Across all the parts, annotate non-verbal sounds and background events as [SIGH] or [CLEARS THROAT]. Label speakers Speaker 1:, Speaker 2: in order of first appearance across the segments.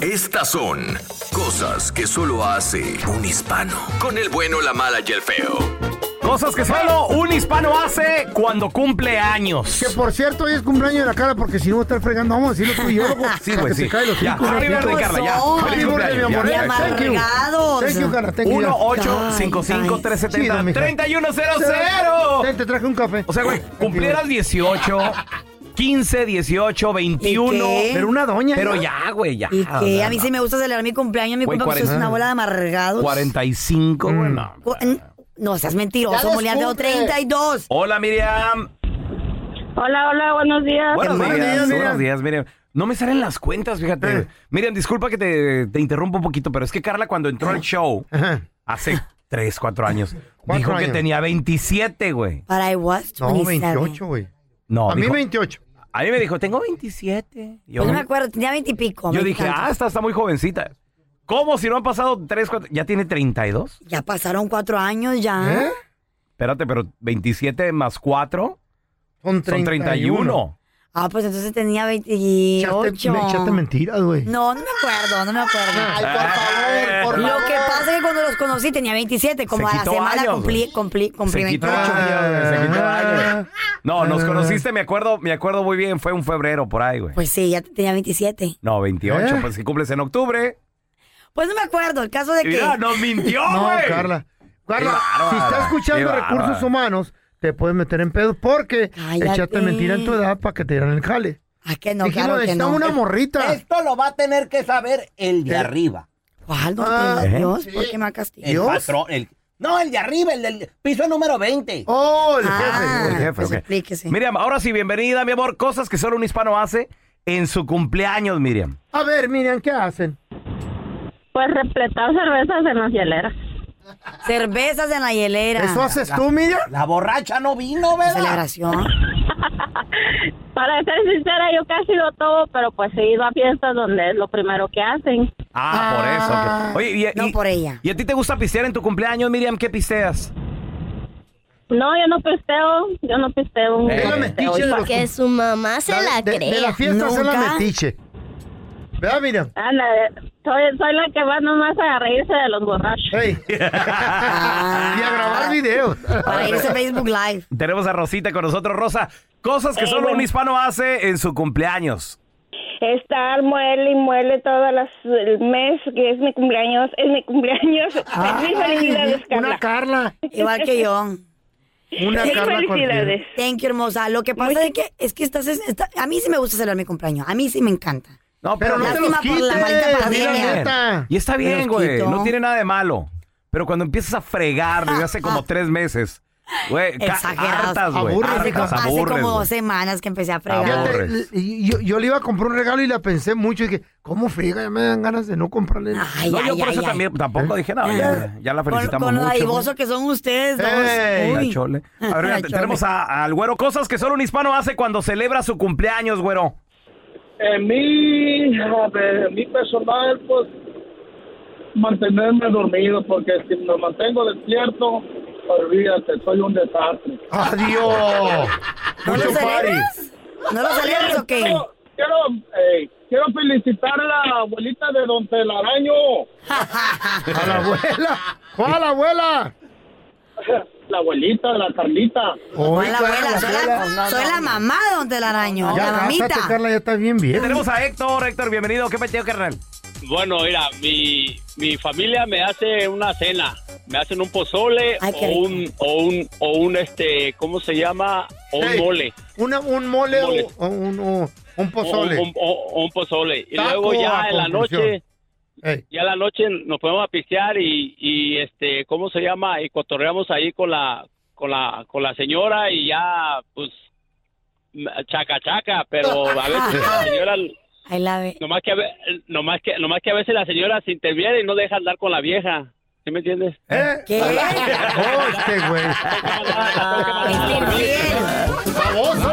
Speaker 1: Estas son cosas que solo hace un hispano. Con el bueno, la mala y el feo.
Speaker 2: Cosas que solo un hispano hace cuando cumple años.
Speaker 3: Que por cierto, hoy es cumpleaños de la cara porque si no va a estar fregando, vamos a decirlo tú y yo. loco,
Speaker 2: Sí,
Speaker 3: para
Speaker 2: güey,
Speaker 3: que
Speaker 2: sí.
Speaker 3: se caigan los
Speaker 2: Ya,
Speaker 3: cinco
Speaker 2: arriba,
Speaker 3: ratitos.
Speaker 2: Ricardo, ya.
Speaker 4: Son
Speaker 2: Feliz
Speaker 3: Happy birthday,
Speaker 2: cumpleaños,
Speaker 3: mi amor.
Speaker 2: ya.
Speaker 3: Yeah, thank you.
Speaker 4: amargados.
Speaker 3: Thank you, Carla, thank you.
Speaker 2: 1 8
Speaker 4: Ay,
Speaker 2: 55
Speaker 3: Chido,
Speaker 2: 370
Speaker 3: mija.
Speaker 2: 3100
Speaker 3: Ten, Te traje un café.
Speaker 2: O sea, güey, cumplieras 18, 15, 18, 21.
Speaker 4: ¿Y qué?
Speaker 3: Pero una doña.
Speaker 2: Pero
Speaker 3: ¿no?
Speaker 2: ya, Ah, güey, ya.
Speaker 4: Y que a mí
Speaker 2: No,
Speaker 4: sí me gusta celebrar mi cumpleaños, mi
Speaker 2: Güey,
Speaker 4: cumpleaños porque soy
Speaker 2: cuarenta-
Speaker 4: una bola de amargados.
Speaker 2: 45,
Speaker 3: Mm.
Speaker 2: güey, no.
Speaker 4: Cu- n- No seas mentiroso,
Speaker 3: Ya les
Speaker 4: Molián, tengo
Speaker 3: cumple.
Speaker 4: 32.
Speaker 2: Hola, Miriam.
Speaker 5: Hola, hola, buenos días.
Speaker 2: Buenos
Speaker 3: buenos días,
Speaker 2: días,
Speaker 3: Miriam.
Speaker 2: buenos días, Miriam. No me salen las cuentas, fíjate.
Speaker 3: Eh.
Speaker 2: Miriam, disculpa que te, te interrumpa un poquito, pero es que Carla cuando entró al show
Speaker 3: Eh. Ajá.
Speaker 2: hace 3, 4 años,
Speaker 3: [LAUGHS] Cuatro
Speaker 2: dijo que
Speaker 3: años.
Speaker 2: tenía 27, güey.
Speaker 4: Para I was
Speaker 3: No,
Speaker 4: 27.
Speaker 3: 28, güey.
Speaker 2: No,
Speaker 3: a mí
Speaker 2: dijo-
Speaker 3: 28.
Speaker 2: a mí me dijo, tengo 27. Yo,
Speaker 4: Pues no me acuerdo, tenía 20 y pico.
Speaker 2: yo
Speaker 4: 20
Speaker 2: dije,
Speaker 4: tantos.
Speaker 2: ah, esta está muy jovencita. ¿Cómo si no han pasado 3, 4? ¿Ya tiene 32?
Speaker 4: Ya pasaron cuatro años ya.
Speaker 3: ¿Eh?
Speaker 2: Espérate, pero 27 más 4
Speaker 3: Son
Speaker 2: son 31.
Speaker 4: Ah, pues entonces tenía
Speaker 3: Echaste,
Speaker 4: 28.
Speaker 3: me echaste mentiras, güey.
Speaker 4: No, no me acuerdo, no me acuerdo.
Speaker 2: Ah, por
Speaker 4: Lo que pasa es que cuando los conocí tenía 27, como
Speaker 2: eh, Se
Speaker 4: a la
Speaker 2: quitó
Speaker 4: semana
Speaker 2: años,
Speaker 4: cumplí,
Speaker 2: güey.
Speaker 4: cumplí, cumplí Ah.
Speaker 2: Se quitó
Speaker 4: 28.
Speaker 2: años, güey, se quitó años. No, nos
Speaker 3: Ah.
Speaker 2: conociste, me acuerdo, me acuerdo muy bien, fue un febrero por ahí, güey.
Speaker 4: Pues sí, ya tenía 27.
Speaker 2: No, 28,
Speaker 3: ¿Eh?
Speaker 2: pues si cumples en octubre.
Speaker 4: Pues no me acuerdo, el caso de que...
Speaker 2: Mira, nos mintió,
Speaker 3: No,
Speaker 2: güey.
Speaker 3: Carla. Carla,
Speaker 2: bárbara,
Speaker 3: si estás escuchando
Speaker 2: qué bárbara.
Speaker 3: recursos humanos, te puedes meter en pedo porque
Speaker 4: Cállate.
Speaker 3: echaste mentira en tu edad para que te dieran el jale.
Speaker 4: Ah, que no,
Speaker 3: Dijimos,
Speaker 4: claro que no.
Speaker 3: necesitamos una morrita. Eh,
Speaker 6: Esto lo va a tener que saber el de arriba.
Speaker 4: ¿Cuál? No,
Speaker 3: Ah,
Speaker 4: pero,
Speaker 2: ¿eh?
Speaker 4: Dios,
Speaker 3: Sí.
Speaker 4: ¿por qué me ha castigado?
Speaker 6: El patrón. el- no, el de arriba, el del piso número 20.
Speaker 3: Oh, el
Speaker 4: Ah,
Speaker 3: jefe.
Speaker 2: el jefe,
Speaker 4: pues
Speaker 2: ok.
Speaker 4: explíquese.
Speaker 2: Miriam, ahora sí, bienvenida, mi amor. Cosas que solo un hispano hace en su cumpleaños, Miriam.
Speaker 3: A ver, Miriam, ¿qué hacen?
Speaker 5: Pues repletar cervezas en las hieleras.
Speaker 4: Cervezas en la hielera.
Speaker 3: ¿Eso haces tú, Miriam?
Speaker 6: La borracha no vino,
Speaker 4: La
Speaker 6: ¿verdad?
Speaker 4: Celebración.
Speaker 5: Para ser sincera, yo casi lo todo, pero pues he ido a fiestas donde es lo primero que hacen.
Speaker 2: Ah,
Speaker 3: Ah.
Speaker 2: por eso. ok. Oye, y,
Speaker 4: No pues,
Speaker 2: y-
Speaker 4: por ella.
Speaker 2: ¿Y a ti te gusta pistear en tu cumpleaños, Miriam? ¿Qué pisteas?
Speaker 5: No, yo no pisteo, yo no pisteo.
Speaker 2: Eh,
Speaker 3: Es
Speaker 5: Yo
Speaker 3: la
Speaker 5: no pisteo,
Speaker 3: metiche de los...
Speaker 7: Que su mamá se la,
Speaker 3: de,
Speaker 7: cree.
Speaker 3: de la fiesta es la
Speaker 4: Nunca.
Speaker 3: metiche. ¿Verdad, Miriam?
Speaker 5: Anda, soy, soy la que va nomás a reírse de los borrachos.
Speaker 3: Ey. y
Speaker 2: [LAUGHS]
Speaker 3: a grabar videos.
Speaker 4: Ah. Para irse a Facebook Live.
Speaker 2: Tenemos a Rosita con nosotros, Rosa. Cosas que
Speaker 8: Eh,
Speaker 2: solo un
Speaker 8: bueno.
Speaker 2: hispano hace en su cumpleaños.
Speaker 8: Estar muele y muele todo el mes que es mi cumpleaños, es mi cumpleaños. Mis felicidades,
Speaker 3: Ah,
Speaker 8: Carla.
Speaker 3: una Carla.
Speaker 4: Igual que yo.
Speaker 3: Una
Speaker 8: Mis
Speaker 3: Carla cualquiera.
Speaker 8: felicidades.
Speaker 4: Thank you, hermosa. Lo que pasa es que, es que estás... está- a mí sí me gusta celebrar mi cumpleaños. A mí sí me encanta.
Speaker 2: No,
Speaker 3: Pero no te los
Speaker 4: Lástima por la maldita
Speaker 3: quites, di
Speaker 4: pandemia.
Speaker 3: la
Speaker 2: Bien.
Speaker 3: neta.
Speaker 2: Y está bien,
Speaker 4: Los
Speaker 2: güey.
Speaker 4: quito.
Speaker 2: No tiene nada de malo. Pero cuando empiezas a fregar desde hace como tres meses, güey, ca-
Speaker 4: Exagerados.
Speaker 2: hartas, güey.
Speaker 3: Aburres,
Speaker 4: Hace,
Speaker 2: hartas,
Speaker 4: como- hace
Speaker 2: aburres,
Speaker 4: como
Speaker 2: güey.
Speaker 4: dos semanas que empecé a fregar.
Speaker 2: Aburre.
Speaker 3: Fíjate,
Speaker 2: Torres.
Speaker 3: y yo, yo le iba a comprar un regalo y la pensé mucho y dije, ¿cómo friega? Ya me dan ganas de no comprarle. nada.
Speaker 4: Ay,
Speaker 2: no,
Speaker 4: ay,
Speaker 2: yo por
Speaker 4: ay,
Speaker 2: eso
Speaker 4: ay.
Speaker 2: también tampoco dije nada. Ya, ya la
Speaker 4: Con,
Speaker 2: felicitamos
Speaker 4: con lo
Speaker 2: mucho. güey. Eh,
Speaker 4: daivosos que son ustedes dos.
Speaker 3: Ey,
Speaker 4: Uy.
Speaker 2: La chole. A
Speaker 4: [LAUGHS]
Speaker 2: ver,
Speaker 4: La
Speaker 2: mira, te-
Speaker 4: chole.
Speaker 2: tenemos a- al güero. Cosas que solo un hispano hace cuando celebra su cumpleaños, güero.
Speaker 9: En mí, a ver, en mi personal, pues mantenerme dormido, porque si me mantengo despierto, olvídate, soy un desastre.
Speaker 3: ¡Adiós!
Speaker 4: ¿No lo
Speaker 3: Mucho party.
Speaker 4: celebras? ¿No lo celebras o qué?
Speaker 9: Quiero, quiero, eh, quiero felicitar a la abuelita de Don Telaraño,
Speaker 3: [LAUGHS] ¡A la abuela! ¡Cuál abuela!
Speaker 9: [LAUGHS] la abuelita, la Carlita.
Speaker 3: Oye,
Speaker 4: Hola,
Speaker 3: Carla,
Speaker 4: abuela, soy la,
Speaker 3: Carla.
Speaker 4: soy la mamá de Don Telaraño,
Speaker 3: Ya
Speaker 4: la mamita.
Speaker 3: cásate, Carla, ya está bien bien.
Speaker 2: Tenemos a Héctor. Héctor, bienvenido. ¿Qué metido, carnal?
Speaker 10: Bueno, mira, mi, mi familia me hace una cena, me hacen un pozole
Speaker 4: Ay, qué rico.
Speaker 10: o un o un o un este, ¿cómo se llama? O un
Speaker 3: Ey,
Speaker 10: mole,
Speaker 3: una- un mole, o-
Speaker 10: Mole.
Speaker 3: O, un, o- un
Speaker 10: o
Speaker 3: pozole.
Speaker 10: un, o- o un pozole y
Speaker 3: Taco
Speaker 10: luego ya
Speaker 3: a
Speaker 10: en la
Speaker 3: conclusión.
Speaker 10: noche,
Speaker 3: Ey.
Speaker 10: ya en la noche nos ponemos a pistear y, y este, ¿cómo se llama? Y cotorreamos ahí con la con la con la
Speaker 4: [LAUGHS]
Speaker 10: señora y ya pues m- chaca chaca, pero a veces la señora
Speaker 4: I love it.
Speaker 11: Nomás que, a ve- nomás que, nomás que a veces la señora se interviene y no deja andar con la vieja. ¿Sí me entiendes?
Speaker 3: ¿Eh?
Speaker 4: ¿Qué?
Speaker 3: Oh, este güey.
Speaker 4: Este infiel.
Speaker 3: ¡Baboso!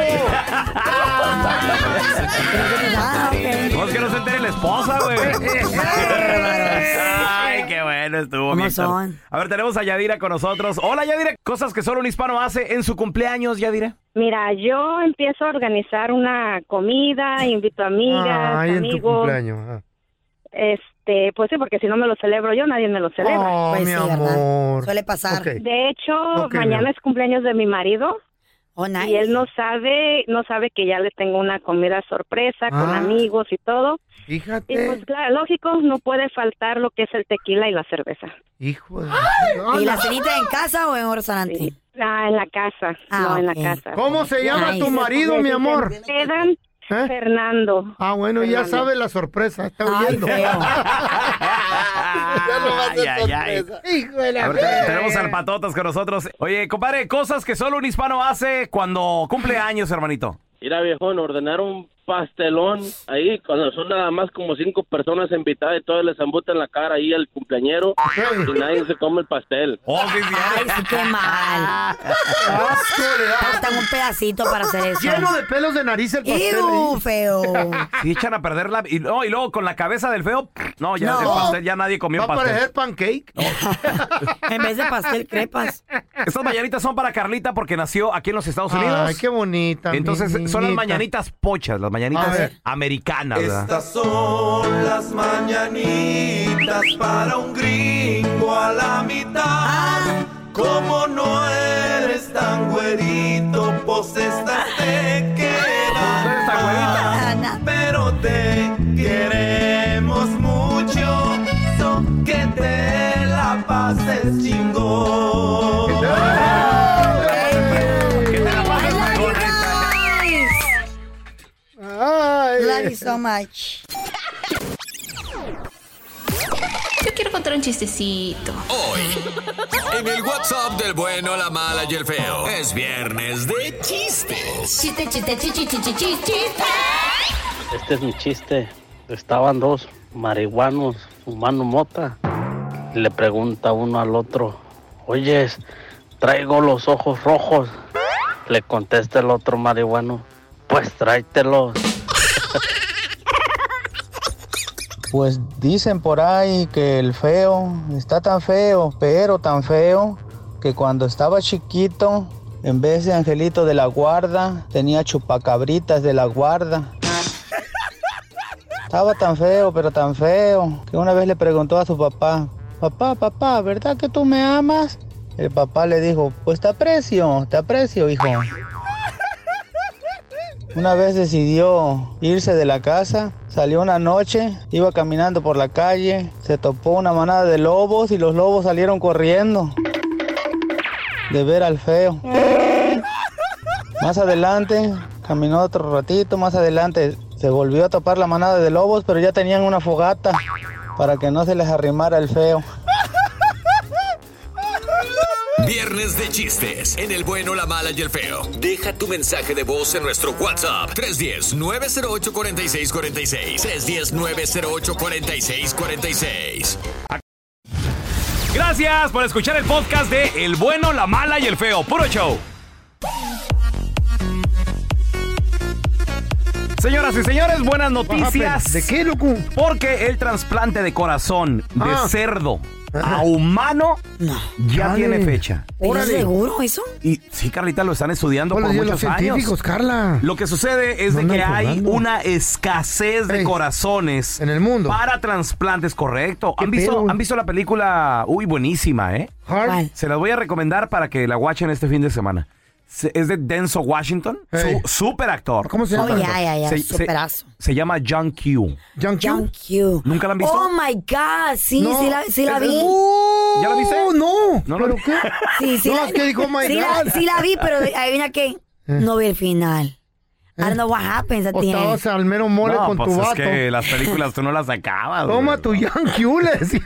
Speaker 4: Ah, ok.
Speaker 2: No, es que no se entere la esposa, güey.
Speaker 3: Eh,
Speaker 2: Ay, qué bueno estuvo.
Speaker 4: ¿Cómo
Speaker 2: Víctor.
Speaker 4: son?
Speaker 2: A ver, tenemos a Yadira con nosotros. Hola, Yadira. Cosas que solo un hispano hace en su cumpleaños, Yadira.
Speaker 5: Mira, yo empiezo a organizar una comida, invito amigas,
Speaker 3: Ay, Ah, en tu
Speaker 5: amigos.
Speaker 3: cumpleaños. ah.
Speaker 5: Este, pues sí, porque si no me lo celebro yo, nadie me lo celebra.
Speaker 3: Oh,
Speaker 4: Pues
Speaker 3: mi
Speaker 4: sí, ¿verdad?
Speaker 3: amor.
Speaker 4: Suele pasar.
Speaker 3: Ok.
Speaker 5: De hecho,
Speaker 3: Ok,
Speaker 5: mañana
Speaker 3: mira.
Speaker 5: es cumpleaños de mi marido
Speaker 4: Oh, nice.
Speaker 5: y él no sabe, no sabe que ya le tengo una comida sorpresa con
Speaker 3: Ah.
Speaker 5: amigos y todo. Y pues
Speaker 3: Fíjate,
Speaker 5: claro, lógico, no puede faltar lo que es el tequila y la cerveza.
Speaker 3: hijo de...
Speaker 4: ¿Y la cenita en casa o en un restaurante?
Speaker 5: Sí. Ah, en la casa,
Speaker 4: Ah,
Speaker 5: no en la
Speaker 4: ok.
Speaker 5: casa.
Speaker 3: ¿Cómo se llama
Speaker 4: Nice.
Speaker 3: tu marido, mi amor?
Speaker 5: Quedan
Speaker 3: ¿Eh?
Speaker 5: Fernando.
Speaker 3: Ah, bueno, ya
Speaker 5: Fernando.
Speaker 3: sabe la sorpresa. Está
Speaker 4: Ay,
Speaker 3: huyendo.
Speaker 4: feo.
Speaker 2: ya
Speaker 3: Hijo de la
Speaker 2: A ver, te- tenemos al Patotas con nosotros. Oye, compadre, cosas que solo un hispano hace cuando cumple años, hermanito.
Speaker 11: Ir a viejón, ordenar un pastelón ahí cuando son nada más como cinco personas invitadas y todos les embutan la cara ahí al cumpleañero y nadie se come el pastel.
Speaker 2: Oh, sí, sí.
Speaker 4: Ay, sí, qué mal.
Speaker 3: Asco le da.
Speaker 4: Faltan un pedacito para hacer eso.
Speaker 3: Lleno de pelos de nariz el pastel.
Speaker 4: Iru,
Speaker 3: ahí.
Speaker 4: feo.
Speaker 2: Sí, echan a perder la... Y, no, y luego con la cabeza del feo... No, ya,
Speaker 4: No.
Speaker 2: del pastel, ya nadie comió
Speaker 3: Va a
Speaker 2: pastel.
Speaker 3: parecer pancake.
Speaker 4: En vez de pastel, crepas.
Speaker 2: Estas mañanitas son para Carlita porque nació aquí en los Estados Unidos.
Speaker 3: Ay, qué bonita. mi
Speaker 2: Entonces son las
Speaker 3: niñita.
Speaker 2: mañanitas pochas, las
Speaker 3: A
Speaker 2: mañanitas
Speaker 3: ver.
Speaker 2: americanas, ¿verdad?
Speaker 12: son las mañanitas para un gringo a la mitad. Como no eres tan güerito, pues estas te quedan.
Speaker 2: Esta güerita.
Speaker 4: Ana.
Speaker 12: Pero te queremos mucho, so que te la pases chingón.
Speaker 2: Que te la pases
Speaker 4: I love you
Speaker 2: mejor, neta.
Speaker 4: guys.
Speaker 3: Ay.
Speaker 4: Love you so much.
Speaker 8: Yo quiero contar un chistecito.
Speaker 12: Hoy, en el WhatsApp del bueno, la mala y el feo, es viernes de chistes.
Speaker 8: Chiste, chiste, chiste, chiste, chiste, chiste.
Speaker 11: Este es mi chiste. Estaban dos marihuanos fumando mota. Le pregunta uno al otro, oyes, traigo los ojos rojos. Le contesta el otro marihuano, pues tráetelos.
Speaker 13: Pues dicen por ahí que el feo está tan feo, pero tan feo, que cuando estaba chiquito, en vez de angelito de la guarda, tenía chupacabritas de la guarda. Estaba tan feo, pero tan feo, que una vez le preguntó a su papá, papá, papá, ¿verdad que tú me amas? El papá le dijo, pues te aprecio, te aprecio, hijo. Una vez decidió irse de la casa, salió una noche, iba caminando por la calle, se topó una manada de lobos y los lobos salieron corriendo de ver al feo. Más adelante, caminó otro ratito, más adelante se volvió a topar la manada de lobos, pero ya tenían una fogata para que no se les arrimara el feo.
Speaker 12: Viernes de chistes en el bueno, la mala y el feo. Deja tu mensaje de voz en nuestro WhatsApp 310-908-4646. 310-908-4646.
Speaker 2: Gracias por escuchar el podcast de El Bueno, la Mala y el Feo. Puro show. Señoras y señores, buenas noticias.
Speaker 3: ¿De qué, loco?
Speaker 2: Porque el trasplante de corazón de
Speaker 3: Ah.
Speaker 2: cerdo a humano
Speaker 4: No.
Speaker 2: ya
Speaker 3: Dale.
Speaker 2: tiene fecha.
Speaker 4: ¿Es
Speaker 3: Órale.
Speaker 4: seguro eso?
Speaker 2: Y sí, Carlita, lo están estudiando
Speaker 3: ¿Cuál
Speaker 2: por
Speaker 3: le dio
Speaker 2: muchos
Speaker 3: los científicos,
Speaker 2: años.
Speaker 3: Carla?
Speaker 2: Lo que sucede es
Speaker 3: No
Speaker 2: de
Speaker 3: andan
Speaker 2: que hay
Speaker 3: jugando.
Speaker 2: una escasez de
Speaker 3: Ey.
Speaker 2: corazones
Speaker 3: En el mundo.
Speaker 2: para trasplantes, correcto.
Speaker 3: ¿Qué
Speaker 2: ¿Han visto,
Speaker 3: pedo, güey?
Speaker 2: ¿Han visto la película? Uy, buenísima, ¿eh?
Speaker 3: Heart.
Speaker 4: ¿Cuál?
Speaker 2: Se las voy a recomendar para que la watchen este fin de semana. Se- Es de Denzel Washington,
Speaker 3: Ey.
Speaker 2: su, super actor.
Speaker 3: ¿Cómo se
Speaker 4: Oh,
Speaker 3: llama?
Speaker 4: ya, ya, ya.
Speaker 2: Se- se-
Speaker 4: Superazo.
Speaker 2: se llama John Q.
Speaker 3: Young Q.
Speaker 4: John Q.
Speaker 2: ¿Nunca la han visto?
Speaker 4: Oh my God, sí,
Speaker 3: No,
Speaker 4: sí la, sí la
Speaker 3: es-
Speaker 4: vi.
Speaker 2: ¿Ya la viste?
Speaker 3: Oh, no.
Speaker 2: No la
Speaker 3: ¿Pero
Speaker 2: vi.
Speaker 3: qué?
Speaker 4: Sí, sí
Speaker 3: no,
Speaker 4: la-
Speaker 3: es que dijo, oh my
Speaker 4: sí
Speaker 3: God. Eh.
Speaker 4: La, sí la vi, pero adivina qué. No vi el final. I don't know what happens at
Speaker 3: O
Speaker 4: the end.
Speaker 3: estabas al mero mole
Speaker 2: no,
Speaker 3: con
Speaker 2: pues
Speaker 3: tu
Speaker 2: es
Speaker 3: vato. Ah,
Speaker 2: que las películas tú no las acabas.
Speaker 3: Toma
Speaker 2: güey.
Speaker 3: uh,
Speaker 4: [LAUGHS]
Speaker 3: tu Young Q, le decían.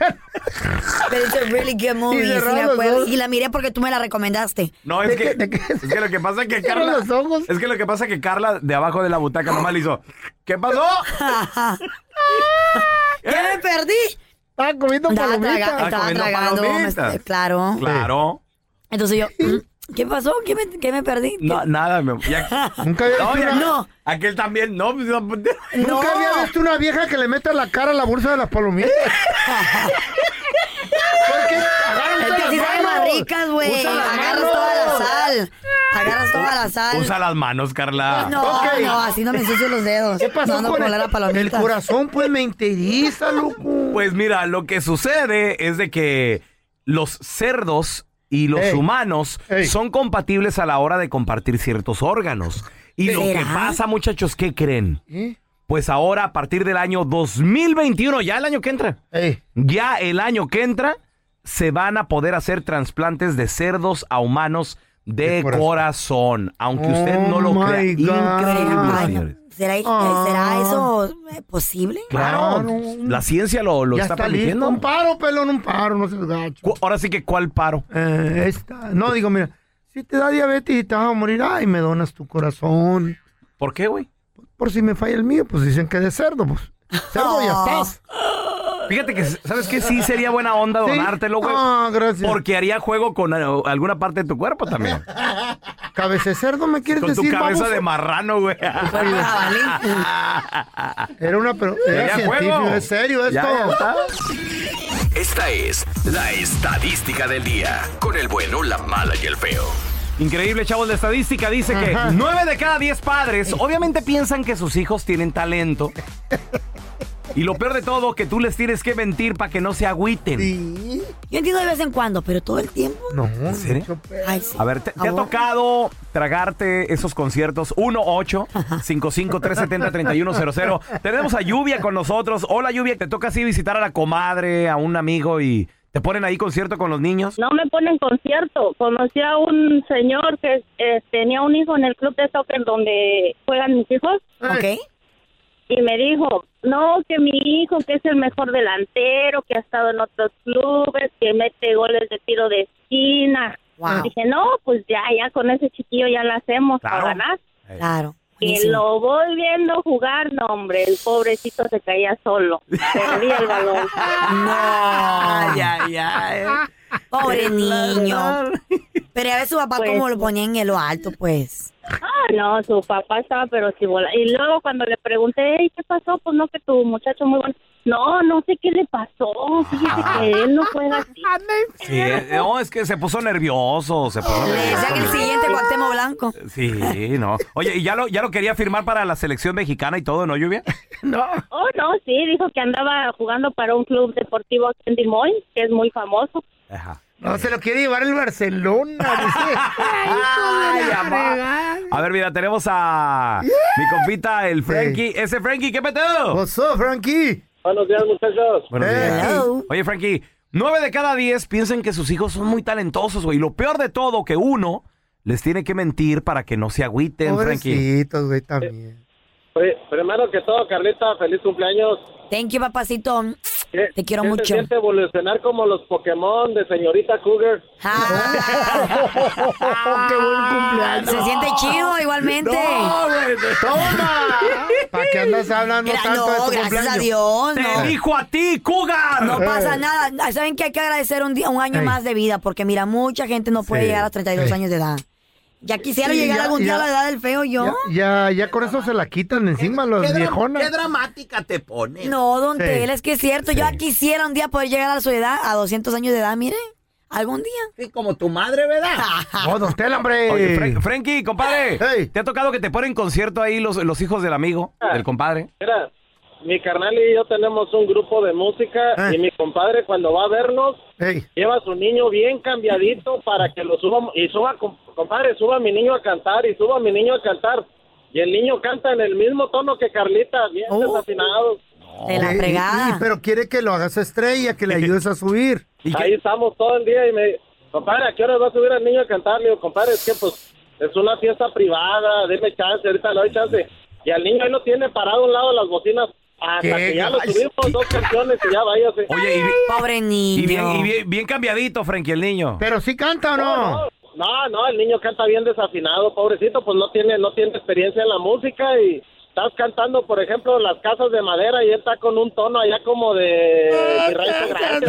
Speaker 4: But it's a really good movie,
Speaker 3: [LAUGHS] Y
Speaker 4: sí
Speaker 3: cerraron
Speaker 4: me
Speaker 3: los
Speaker 4: acuerdo.
Speaker 3: dos.
Speaker 4: Y la miré porque tú me
Speaker 3: [LAUGHS]
Speaker 4: la recomendaste.
Speaker 2: No, es que, es que lo que pasa es que
Speaker 4: Cierra
Speaker 2: Carla.
Speaker 4: los ojos.
Speaker 2: Es que lo que pasa es que Carla de abajo de la butaca nomás le hizo. ¿Qué pasó?
Speaker 4: ¿Qué me perdí?
Speaker 3: Estaba comiendo
Speaker 2: palomitas.
Speaker 4: Estaba,
Speaker 2: Estaba comiendo
Speaker 4: tragando. me-
Speaker 2: palomitas.
Speaker 4: claro.
Speaker 2: Claro.
Speaker 4: Entonces yo, mm, ¿qué pasó? ¿Qué me, qué me perdí?
Speaker 2: No, nada, mi amor.
Speaker 4: [LAUGHS]
Speaker 3: Nunca había
Speaker 2: no,
Speaker 3: visto
Speaker 2: ya-
Speaker 3: una-
Speaker 2: Aquel también, no. pues, no, pues,
Speaker 3: Nunca había visto una vieja que le meta la cara a la bolsa de las
Speaker 4: [LAUGHS]
Speaker 3: palomitas.
Speaker 4: Es que así saben más ricas, güey.
Speaker 3: Usa las
Speaker 4: Agarras
Speaker 3: manos.
Speaker 4: toda la sal. Agarras toda la sal.
Speaker 2: Usa las manos, Carla.
Speaker 4: No,
Speaker 3: Ok.
Speaker 4: no, así no me ensucio los dedos.
Speaker 3: ¿Qué pasó
Speaker 4: No ando
Speaker 3: con
Speaker 4: como
Speaker 3: el,
Speaker 4: la palomita.
Speaker 3: el corazón? Pues me interesa, loco.
Speaker 2: Pues mira, lo que sucede es de que los cerdos y los
Speaker 3: Ey.
Speaker 2: humanos son compatibles a la hora de compartir ciertos órganos. Y lo que
Speaker 4: ¿Será?
Speaker 2: pasa, muchachos, ¿qué creen?
Speaker 3: ¿Eh?
Speaker 2: Pues ahora, a partir del año 2021, ya el año que entra, ya el año que entra, se van a poder hacer trasplantes de cerdos a humanos de corazón. aunque usted no lo
Speaker 3: Oh,
Speaker 2: crea.
Speaker 3: my God.
Speaker 2: Increíble,
Speaker 3: Ay,
Speaker 2: señores.
Speaker 4: ¿Será, eh,
Speaker 3: Ah.
Speaker 4: ¿será eso eh, posible?
Speaker 2: Claro, la ciencia lo, lo
Speaker 3: ya
Speaker 2: está,
Speaker 3: está, listo.
Speaker 2: permitiendo.
Speaker 3: Un paro, pelón, un paro, no seas gacho.
Speaker 2: Cu- Ahora sí que, ¿cuál paro?
Speaker 3: Eh, esta. No, digo, mira, si te da diabetes y te vas a morir, ay, me donas tu corazón.
Speaker 2: ¿Por qué, güey?
Speaker 3: Por si me falla el mío, pues dicen que de cerdo, pues.
Speaker 4: Ah.
Speaker 3: Cerdo ya estás.
Speaker 2: Fíjate que, ¿sabes qué? Sí sería buena onda
Speaker 3: Sí.
Speaker 2: donártelo, güey.
Speaker 3: Ah, gracias.
Speaker 2: Porque haría juego con eh, alguna parte de tu cuerpo también.
Speaker 3: Cabeza de cerdo, ¿me quieres
Speaker 2: Con tu
Speaker 3: decir?
Speaker 2: cabeza
Speaker 3: baboso?
Speaker 2: de marrano, güey.
Speaker 3: Era una, pero
Speaker 2: Sería
Speaker 3: era científico,
Speaker 2: juego.
Speaker 3: es serio esto.
Speaker 2: Ya, ya está.
Speaker 1: Esta es la estadística del día. Con el bueno, la mala y el feo.
Speaker 2: Increíble, chavos. La estadística dice que
Speaker 3: Ajá.
Speaker 2: 9 de cada 10 padres obviamente piensan que sus hijos tienen talento. Y lo peor de todo, que tú les tienes que mentir para que no se agüiten.
Speaker 4: Yo entiendo de vez en cuando, pero todo el tiempo.
Speaker 3: No,
Speaker 2: ¿En serio?
Speaker 4: Ay, sí.
Speaker 2: A ver, ¿te, te ha
Speaker 4: Ahora.
Speaker 2: tocado tragarte esos conciertos? 1-8-55-370-3100. Tenemos a Lluvia con nosotros. Hola, Lluvia. ¿Te toca así visitar a la comadre, a un amigo y te ponen ahí concierto con los niños?
Speaker 5: No me ponen concierto. Conocí a un señor que eh, tenía un hijo en el club de soccer donde juegan mis hijos
Speaker 4: Ok.
Speaker 5: y me dijo, no, que mi hijo, que es el mejor delantero, que ha estado en otros clubes, que mete goles de tiro de esquina.
Speaker 4: Wow.
Speaker 5: Dije, no, pues ya, ya con ese chiquillo ya la hacemos
Speaker 2: Claro.
Speaker 5: para ganar.
Speaker 4: Claro.
Speaker 5: Que
Speaker 4: buenísimo.
Speaker 5: lo voy viendo jugar, no, hombre, el pobrecito se caía solo. Perdía
Speaker 4: [LAUGHS]
Speaker 5: el balón.
Speaker 2: Ay, ay, ay.
Speaker 4: Pobre
Speaker 2: Es la
Speaker 4: niño.
Speaker 2: verdad.
Speaker 4: Pero a ver su papá
Speaker 5: Pues-
Speaker 4: como lo ponía en lo alto, pues.
Speaker 5: Ah, no, su papá estaba pero si bola. Y luego cuando le pregunté, "Ey, ¿qué pasó? Pues no, que tu muchacho muy bueno. No, no sé qué le pasó. Fíjese que él no juega así.
Speaker 2: Sí, eh, no, es que se puso nervioso. Se puso
Speaker 4: Le
Speaker 2: nervioso.
Speaker 4: decían el siguiente Cuauhtémoc Blanco.
Speaker 2: Sí, no. Oye, ¿y ya lo, ya lo quería firmar para la selección mexicana y todo, no, Lluvia?
Speaker 3: No.
Speaker 5: Oh, no, sí, dijo que andaba jugando para un club deportivo aquí en Des Moines, que es muy famoso.
Speaker 2: Ajá.
Speaker 3: No, se lo quiere llevar el Barcelona. dice.
Speaker 2: Ay, amá. A ver, mira, tenemos a mi compita, el Frankie. Ese Frankie, ¿qué peteo?
Speaker 3: What's up, Frankie?
Speaker 10: Buenos días, muchachos.
Speaker 2: Buenos
Speaker 3: Hey.
Speaker 2: días.
Speaker 4: Hello.
Speaker 2: Oye, Frankie, nueve de cada diez piensan que sus hijos son muy talentosos, güey. Y lo peor de todo, que uno les tiene que mentir para que no se agüiten, Frankie.
Speaker 3: Pobrecitos, güey, también.
Speaker 10: Pri- Primero que todo, Carlita, feliz cumpleaños.
Speaker 4: Thank you, papacito.
Speaker 14: Eh,
Speaker 10: ¿Qué-
Speaker 4: Te quiero
Speaker 10: qué
Speaker 4: mucho.
Speaker 10: Se siente evolucionar como los Pokémon de señorita Cougar.
Speaker 4: Ah, [LAUGHS]
Speaker 3: ¡Qué buen cumpleaños!
Speaker 4: se siente chido igualmente.
Speaker 3: ¡Toma! ¿Para qué andas hablando
Speaker 4: Gra-
Speaker 3: tanto de
Speaker 4: no,
Speaker 3: tu
Speaker 4: gracias a
Speaker 3: cumpleaños?
Speaker 4: Dios.
Speaker 2: ¡Te
Speaker 4: No,
Speaker 2: dijo a ti, Cougar!
Speaker 4: Ah,
Speaker 2: Eh.
Speaker 4: No pasa nada. Ah, Saben que hay que agradecer un, día, un año
Speaker 3: Eh. Ey.
Speaker 4: más de vida, porque mira, mucha gente no puede
Speaker 2: Sí.
Speaker 4: llegar a 32
Speaker 3: Ey.
Speaker 4: años de edad. Ya quisiera
Speaker 3: Sí,
Speaker 4: llegar
Speaker 3: ya-
Speaker 4: algún día a
Speaker 3: ya-
Speaker 4: la edad del feo yo.
Speaker 3: Ya, ya, ya con eso se la quitan encima los viejonas.
Speaker 6: dramática te pones.
Speaker 4: No, don
Speaker 3: Sí.
Speaker 4: Tela, es que es cierto. Yo ya quisiera un día poder llegar a su edad, a 200 años de edad, mire. Algún día. Ah.
Speaker 6: Sí, como tu madre, ¿verdad?
Speaker 3: ¡Oh, don Tela, hombre!
Speaker 2: Oye, Fra- Frankie, compadre,
Speaker 3: Ey.
Speaker 2: ¿te ha tocado que te ponen concierto ahí los, los hijos del amigo,
Speaker 14: Ah.
Speaker 2: del compadre?
Speaker 10: Mira, mi carnal y yo tenemos un grupo de música
Speaker 3: Ah.
Speaker 10: y mi compadre cuando va a vernos
Speaker 3: Ey,
Speaker 10: lleva a su niño bien cambiadito para que lo suba y suba, com- compadre, suba a mi niño a cantar y suba a mi niño a cantar. Y el niño canta en el mismo tono que Carlita, bien
Speaker 4: Oh.
Speaker 10: desafinado.
Speaker 4: De la
Speaker 3: ey,
Speaker 4: fregada.
Speaker 3: y- pero quiere que lo hagas estrella, que le ayudes
Speaker 15: [LAUGHS]
Speaker 3: a subir.
Speaker 2: ¿Y qué-
Speaker 10: Ahí estamos todo el día y me compadre, ¿a qué hora va a subir al niño a cantar? Le digo, compadre, es que pues es una fiesta privada, deme chance, ahorita le doy chance. Y al niño ahí lo tiene parado a un lado de las bocinas.
Speaker 14: Hasta
Speaker 2: Qué
Speaker 14: que ya lo
Speaker 2: guay.
Speaker 14: subimos dos canciones y ya váyase.
Speaker 2: Oye, y, bi-
Speaker 4: Pobre niño.
Speaker 2: y bien, y bien- bien cambiadito, Frankie, el niño.
Speaker 3: Pero sí canta o
Speaker 14: no. No, no, el niño canta bien desafinado, pobrecito, pues no tiene, no tiene experiencia en la música y estás cantando, por ejemplo, las casas de madera y él está con un tono allá como de Mi Rancho Grande.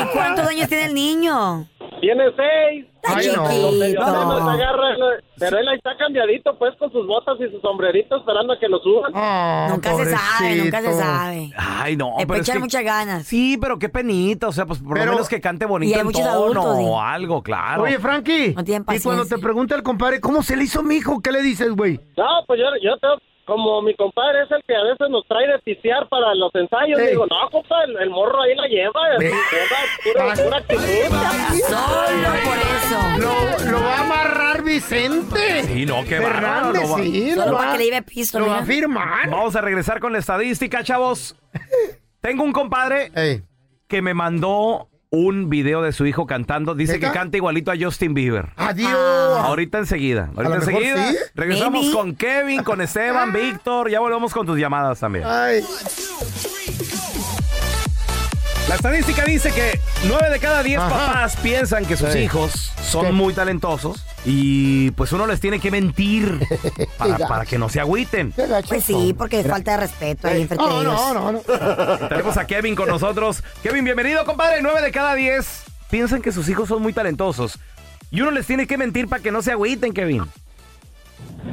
Speaker 4: ¿Y cuántos años tiene el niño?
Speaker 14: Tiene seis.
Speaker 4: Ay, no.
Speaker 14: Entonces, ya
Speaker 4: No.
Speaker 14: no nos agarra, no. Pero él ahí está cambiadito, pues, con sus botas y su sombrerito, esperando a que lo suban.
Speaker 4: nunca se sabe, nunca se sabe.
Speaker 2: Ay, no,
Speaker 4: Le
Speaker 2: pero
Speaker 4: puede
Speaker 2: es
Speaker 4: echar
Speaker 2: que-
Speaker 4: muchas ganas.
Speaker 2: Sí, pero qué penita, o sea, pues por
Speaker 3: Pero-
Speaker 2: lo menos que cante
Speaker 3: Y
Speaker 2: bonito
Speaker 3: hay
Speaker 2: en
Speaker 3: muchos
Speaker 2: tono
Speaker 3: adultos, sí.
Speaker 2: o algo, claro.
Speaker 3: Oye, Frankie. y cuando
Speaker 14: paciencia.
Speaker 3: te pregunta el compadre, ¿cómo se le hizo mi hijo? ¿Qué le dices, güey?
Speaker 14: No, pues yo, yo tengo, como mi compadre es el que a veces nos trae de pisear para los ensayos,
Speaker 3: Ey.
Speaker 14: digo, no, compa, el, el morro ahí la lleva,
Speaker 3: Ve.
Speaker 14: lleva pura, pura actitud.
Speaker 4: Solo por eso.
Speaker 3: Lo, lo va a amarrar Vicente.
Speaker 2: Sí, no, qué bárbaro,
Speaker 3: Fernández,
Speaker 2: lo va-
Speaker 3: sí, lo va- Lo va a firmar.
Speaker 2: Vamos a regresar con la estadística, chavos. Tengo un compadre que me mandó un video de su hijo cantando. Dice que canta igualito a Justin Bieber.
Speaker 3: Adiós.
Speaker 2: Ahorita enseguida. Ahorita
Speaker 3: lo mejor
Speaker 2: enseguida.
Speaker 3: sí.
Speaker 2: Regresamos
Speaker 3: Maybe.
Speaker 2: con Kevin, con Esteban, Víctor. Ya volvemos con tus llamadas también.
Speaker 3: Ay.
Speaker 2: La estadística dice que 9 de cada 10
Speaker 3: Ajá.
Speaker 2: papás piensan que sus
Speaker 3: Sí.
Speaker 2: hijos son muy talentosos y pues uno les tiene que
Speaker 3: [LAUGHS]
Speaker 2: mentir para,
Speaker 4: gacho.
Speaker 2: para que no se agüiten.
Speaker 4: Pues sí, porque es falta de respeto ahí enfrente de
Speaker 2: [LAUGHS]
Speaker 4: ellos.
Speaker 2: Tenemos a Kevin con nosotros. Kevin, bienvenido, compadre. 9 de cada 10 piensan que sus hijos son muy talentosos y uno les tiene que mentir para que no se agüiten, Kevin.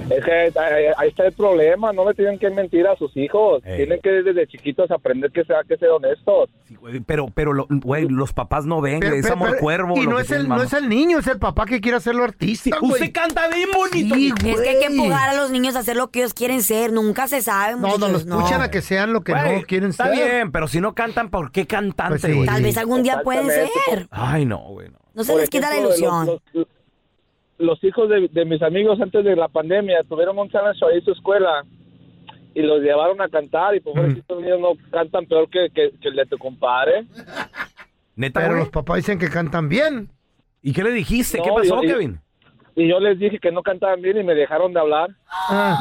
Speaker 15: Es que eh, ahí está el problema, no le tienen que mentir a sus hijos, tienen que desde chiquitos aprender que sea que ser honestos.
Speaker 2: Güey, Pero, pero, lo- güey, los papás no ven,
Speaker 3: Pero-
Speaker 2: güey, es
Speaker 3: pero-
Speaker 2: amor
Speaker 3: pero-
Speaker 2: cuervo.
Speaker 3: Y
Speaker 2: lo
Speaker 3: no
Speaker 2: que
Speaker 3: es,
Speaker 2: tienen
Speaker 3: el, no
Speaker 2: mamá.
Speaker 3: es el niño, es el papá que quiere hacerlo artista.
Speaker 2: Usted canta bien bonito.
Speaker 4: Es que hay que empujar a los niños a hacer lo que ellos quieren ser. Nunca se sabe.
Speaker 3: No, no, lo
Speaker 4: muchachos,
Speaker 3: escuchan a que sean lo que
Speaker 2: Güey,
Speaker 3: no quieren
Speaker 2: está
Speaker 3: ser.
Speaker 2: bien, pero si no cantan, ¿por qué cantante,
Speaker 3: Pues sí.
Speaker 2: güey?
Speaker 4: Tal vez algún día pueden ser.
Speaker 2: Ay, no, güey. no.
Speaker 4: No se
Speaker 15: Por
Speaker 4: les quita la
Speaker 15: ejemplo,
Speaker 4: ilusión.
Speaker 15: los- los- los hijos de, de mis amigos antes de la pandemia tuvieron un challenge ahí en su escuela y los llevaron a cantar y pobrecitos niños no cantan peor que, que- que el de tu compadre.
Speaker 3: Pero los papás dicen que cantan bien.
Speaker 2: ¿Y qué le dijiste?
Speaker 3: ¿Este,
Speaker 15: No, yo- yo- Y yo les dije que no cantaban bien y me dejaron de hablar.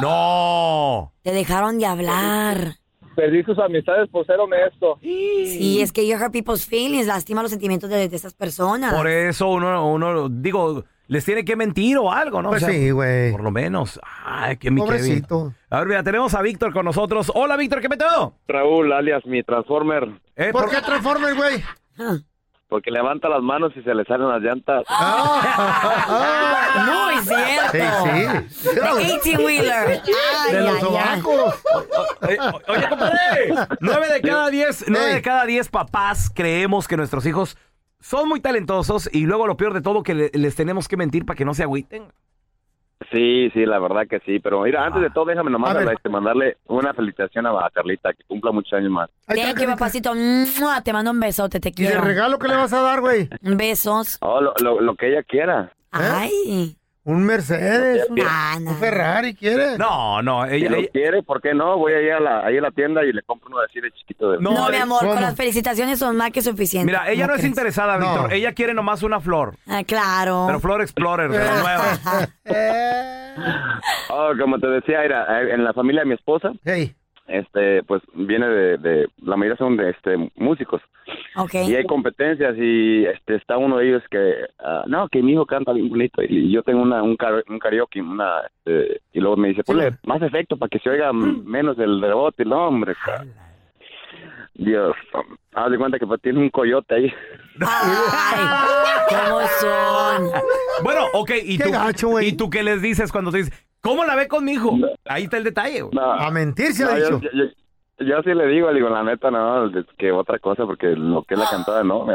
Speaker 2: ¡No!
Speaker 4: Te dejaron de hablar.
Speaker 15: Perdí sus amistades por ser honesto.
Speaker 4: Sí, es que you hurt people's feelings, lastima los sentimientos de, de esas personas.
Speaker 2: Por e- eso uno, uno, digo, les tiene que mentir o algo, ¿no?
Speaker 3: Pues sí,
Speaker 2: güey. Por lo menos. Ay, que mi
Speaker 3: Pobrecito.
Speaker 2: Kevin. A ver, mira, tenemos a Víctor con nosotros. Hola, Víctor, ¿qué Eh, peteo?
Speaker 16: Raúl, alias mi Transformer.
Speaker 3: ¿Por, qué transforma el güey?
Speaker 16: Porque levanta las manos y se le salen las llantas.
Speaker 3: Ah.
Speaker 4: Ah, Muy cierto.
Speaker 3: Sí,
Speaker 4: The 18-wheeler. Ay,
Speaker 2: De los
Speaker 4: ay, ay.
Speaker 2: Eh, Oye, compadre. Nueve de cada diez, nueve de cada diez papás creemos que nuestros hijos son muy talentosos y luego lo peor de todo que le- les tenemos que mentir para que no se agüiten.
Speaker 16: Sí, sí, la verdad que sí. Pero mira, antes de
Speaker 3: Ah.
Speaker 16: todo, déjame nomás
Speaker 4: A ver.
Speaker 16: este, mandarle una felicitación a Carlita, que cumpla muchos años más.
Speaker 4: Thank you, papacito. Mua, Te mando un besote, te
Speaker 3: ¿Y
Speaker 4: quiero.
Speaker 3: el regalo que le vas a dar, güey?
Speaker 4: [LAUGHS] Besos.
Speaker 16: Oh, lo, lo- lo que ella quiera.
Speaker 4: Ay.
Speaker 3: ¿Eh? Un Mercedes, un,
Speaker 4: Ah, no.
Speaker 3: un Ferrari, ¿quiere?
Speaker 2: No, no,
Speaker 16: Si
Speaker 2: ella...
Speaker 16: lo
Speaker 2: ella-
Speaker 16: quiere, ¿por qué no? Voy a ir a la, ahí a la tienda y le compro uno así de chiquito. De...
Speaker 4: No, mi amor, con las felicitaciones son más que suficientes.
Speaker 2: eh, Mira, ella no es interesada, Víctor. Ella quiere nomás una flor.
Speaker 4: Ah, claro.
Speaker 2: Pero Flor Explorer, de la nueva.
Speaker 16: Oh, como te decía, era eh, en la familia de mi esposa. Este, pues viene de, de- la mayoría son de este músicos
Speaker 4: Ok.
Speaker 16: y hay competencias y este está uno de ellos que ah, no que mi hijo canta bien bonito y, yo tengo una un, kara- un karaoke una este, y luego me dice ponle más efecto para que se oiga m- menos el rebote el hombre ca-". Dios haz de cuenta que pues, tiene un coyote ahí
Speaker 4: [LAUGHS] ¿Cómo son?
Speaker 2: Bueno, ok, ¿y
Speaker 3: Qué
Speaker 2: tú,
Speaker 3: gacho,
Speaker 2: ¿y tú qué les dices cuando te dices, ¿cómo la ve con mi hijo? Ahí está el detalle. güey.
Speaker 16: No.
Speaker 3: A mentir se ha
Speaker 16: Ah. No, yo-
Speaker 3: dicho.
Speaker 16: yo, yo- yo sí le digo le digo la neta no es que otra cosa porque lo que es la cantada no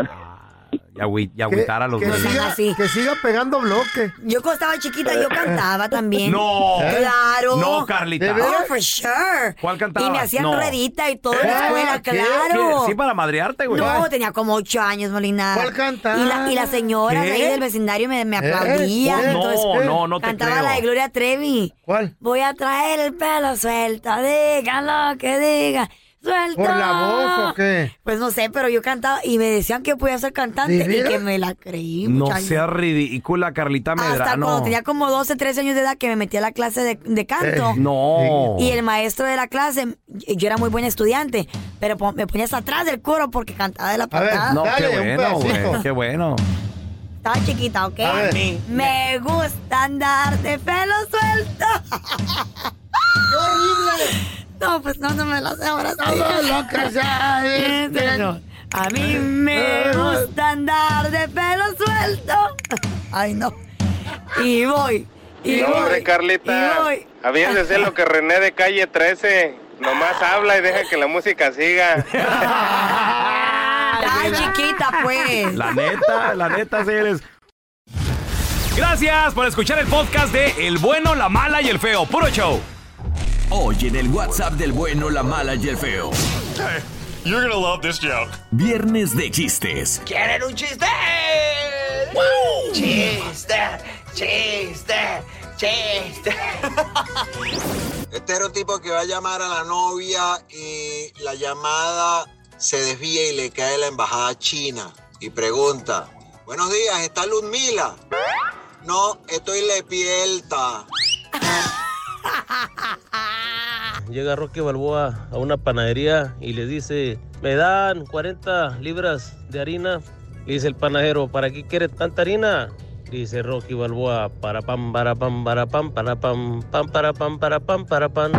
Speaker 2: Ah, y agüitar a los
Speaker 3: Ah. Que siga, que siga pegando bloque.
Speaker 4: Yo cuando estaba chiquita, yo cantaba también.
Speaker 2: No.
Speaker 4: Claro.
Speaker 2: No, Carlita. ¿De veras?
Speaker 4: Oh, for sure.
Speaker 2: ¿Cuál cantabas?
Speaker 4: Y me hacían
Speaker 2: No.
Speaker 4: redita y todo en la escuela,
Speaker 2: ¿Qué?
Speaker 4: claro.
Speaker 2: Sí, para madrearte, güey.
Speaker 4: No, tenía como ocho años, Molina.
Speaker 3: ¿Cuál cantaba?
Speaker 4: Y la, y la señora
Speaker 2: ¿Qué?
Speaker 4: de ahí del vecindario me, me
Speaker 2: ¿Eh?
Speaker 4: aplaudía.
Speaker 2: ¿Cuál?
Speaker 4: entonces,
Speaker 2: No,
Speaker 6: Pues,
Speaker 2: no, no te
Speaker 4: Cantaba
Speaker 2: creo.
Speaker 4: la de Gloria Trevi.
Speaker 3: ¿Cuál?
Speaker 4: Voy a traer el pelo suelto, digan lo que digan. Suelta.
Speaker 3: ¿Por la voz o qué?
Speaker 4: Pues no sé, pero yo cantaba y me decían que podía ser cantante
Speaker 2: ¿De
Speaker 4: y
Speaker 2: veras?
Speaker 4: que me la creí.
Speaker 2: No
Speaker 4: muchacho.
Speaker 2: sea ridícula, Carlita
Speaker 4: Hasta cuando
Speaker 2: Medrano.
Speaker 4: tenía como 12, 13 años de edad que me metí a la clase de, de canto.
Speaker 2: Eh, no.
Speaker 4: Y el maestro de la clase, y- yo era muy buen estudiante, pero po- me ponías atrás del coro porque cantaba de la patada.
Speaker 2: no, qué bueno, güey, qué bueno.
Speaker 4: Estaba chiquita, ¿ok?
Speaker 2: A ver.
Speaker 4: Me gusta andar de pelo suelto. ¡Qué horrible! [LAUGHS] No, pues no, no me lo sé ahora. sí.
Speaker 3: Todo lo que ya
Speaker 4: [LAUGHS]
Speaker 3: es
Speaker 12: este.
Speaker 3: bueno.
Speaker 4: A mí me
Speaker 3: Eh,
Speaker 4: gusta andar de pelo suelto. [LAUGHS] Ay, no. Y voy. Y
Speaker 17: No,
Speaker 4: voy.
Speaker 17: hombre, Carlita.
Speaker 4: y voy.
Speaker 17: Habías de hacer lo que René de calle 13. Nomás habla y deja que la música siga.
Speaker 4: Ay, chiquita,
Speaker 12: [LAUGHS]
Speaker 4: pues.
Speaker 2: La neta, la neta, sí eres. Gracias por escuchar el podcast de El bueno, la mala y el feo. Puro show.
Speaker 1: Hoy en el WhatsApp del bueno, la mala y el feo.
Speaker 12: You're gonna love this joke.
Speaker 1: Viernes de chistes.
Speaker 12: ¿Quieren un chiste? Chiste, chiste, chiste.
Speaker 18: Este era un tipo que va a llamar a la novia y la llamada se desvía y le cae a la embajada china y pregunta, buenos días, ¿está Ludmila? No, estoy Lepielta.
Speaker 19: Llega Rocky Balboa a una panadería y le dice, me dan 40 libras de harina. Le dice el panadero, ¿para qué quieres tanta harina? Dice Rocky Balboa, para pam, para pam, para pam, para pam, pam, para pam, para pam, para pam.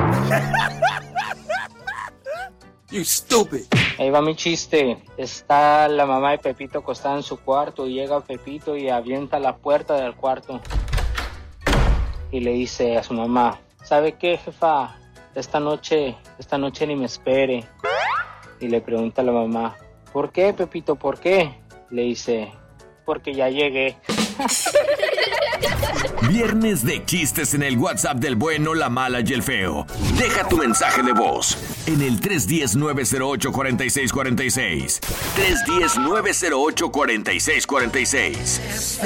Speaker 20: You stupid. Ahí va mi chiste. Está la mamá de Pepito acostada en su cuarto. y Llega Pepito y avienta la puerta del cuarto. Y le dice a su mamá, ¿sabe qué, jefa? Esta noche, esta noche ni me espere. Y le pregunta a la mamá, ¿por qué, Pepito? ¿Por qué? Le dice, porque ya llegué.
Speaker 1: Viernes de chistes en el WhatsApp del bueno, la mala y el feo. Deja tu mensaje de voz en el 310-908-4646. 310-908-4646.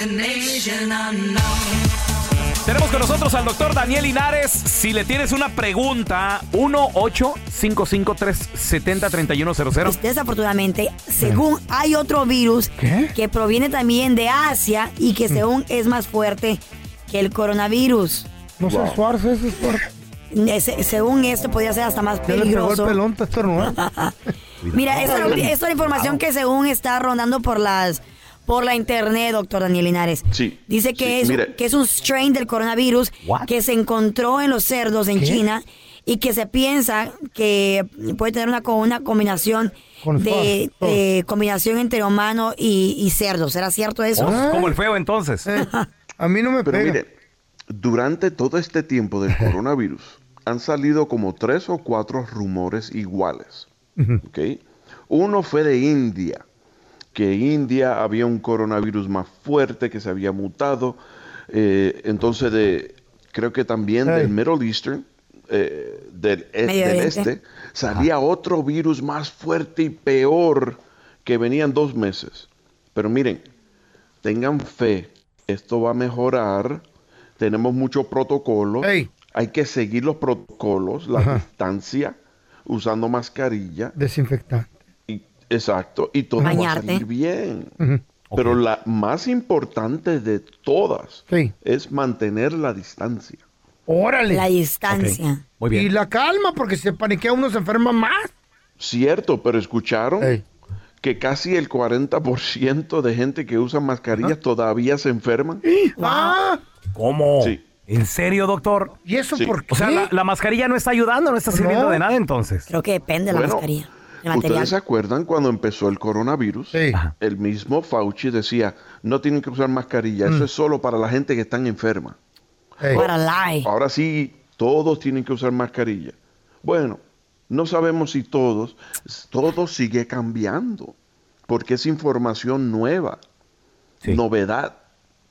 Speaker 2: Tenemos con nosotros al doctor Daniel Linares. Si le tienes una pregunta, 1-855-370-3100.
Speaker 4: Desafortunadamente, según hay otro virus que proviene también de Asia y
Speaker 3: Mm.
Speaker 4: que según es más fuerte que el coronavirus.
Speaker 3: No sé,
Speaker 4: Wow.
Speaker 3: Suárez, ese es Suárez.
Speaker 4: Eh, se- según esto podría ser hasta más
Speaker 3: Ya le pegó el
Speaker 4: peligroso.
Speaker 3: pelón, te estornudó.
Speaker 4: [LAUGHS] Mira, esta,
Speaker 3: Cuidado.
Speaker 4: esta es la información que según está rondando por las por la internet, doctor Daniel Linares.
Speaker 21: Sí.
Speaker 4: Dice que,
Speaker 21: Sí,
Speaker 4: es,
Speaker 21: mire.
Speaker 4: que es un strain del coronavirus que se encontró en los cerdos en
Speaker 21: ¿Qué?
Speaker 4: China y que se piensa que puede tener una, co- una combinación
Speaker 2: Con
Speaker 4: de,
Speaker 2: todo,
Speaker 4: de combinación entre humano y, y cerdo. ¿Será cierto eso? Ah.
Speaker 2: Como el feo entonces.
Speaker 21: A mí no me Pero mire, durante todo este tiempo del coronavirus han salido como tres o cuatro rumores iguales. ¿ok? Uno fue de India, que en India había un coronavirus más fuerte que se había mutado. eh, entonces, de, creo que también del Middle Eastern, eh, del, e-
Speaker 22: Medio
Speaker 21: del
Speaker 22: Oriente.
Speaker 21: este, salía otro virus más fuerte y peor que venían dos meses. Pero miren, tengan fe, esto va a mejorar. Tenemos muchos protocolos. Hay que seguir los protocolos, la
Speaker 3: Ajá.
Speaker 21: distancia, usando mascarilla.
Speaker 3: Desinfectante.
Speaker 21: Y- exacto, y todo va a
Speaker 3: Bañarte.
Speaker 21: salir bien.
Speaker 3: Ujú.
Speaker 21: Pero la más importante de todas es mantener la distancia.
Speaker 3: Órale.
Speaker 4: La distancia.
Speaker 21: Muy bien.
Speaker 3: Y la calma, porque se paniquea uno, se enferma más.
Speaker 21: Cierto, pero escucharon que casi el 40% de gente que usa mascarillas todavía se enferman.
Speaker 2: ¿Cómo?
Speaker 21: Sí.
Speaker 2: ¿En serio, doctor?
Speaker 3: ¿Y eso
Speaker 21: Sí. por
Speaker 2: O sea,
Speaker 21: qué?
Speaker 2: la, la mascarilla no está ayudando, no está sirviendo de nada entonces.
Speaker 4: Creo que depende
Speaker 21: de la Bueno, mascarilla, ¿Ustedes se acuerdan cuando empezó el coronavirus? El mismo Fauci decía, no tienen que usar mascarilla,
Speaker 3: Mm.
Speaker 21: eso es solo para la gente que está enferma.
Speaker 4: Para lie.
Speaker 21: Ahora sí, todos tienen que usar mascarilla. Bueno, no sabemos si todos, todo sigue cambiando, porque es información nueva, novedad,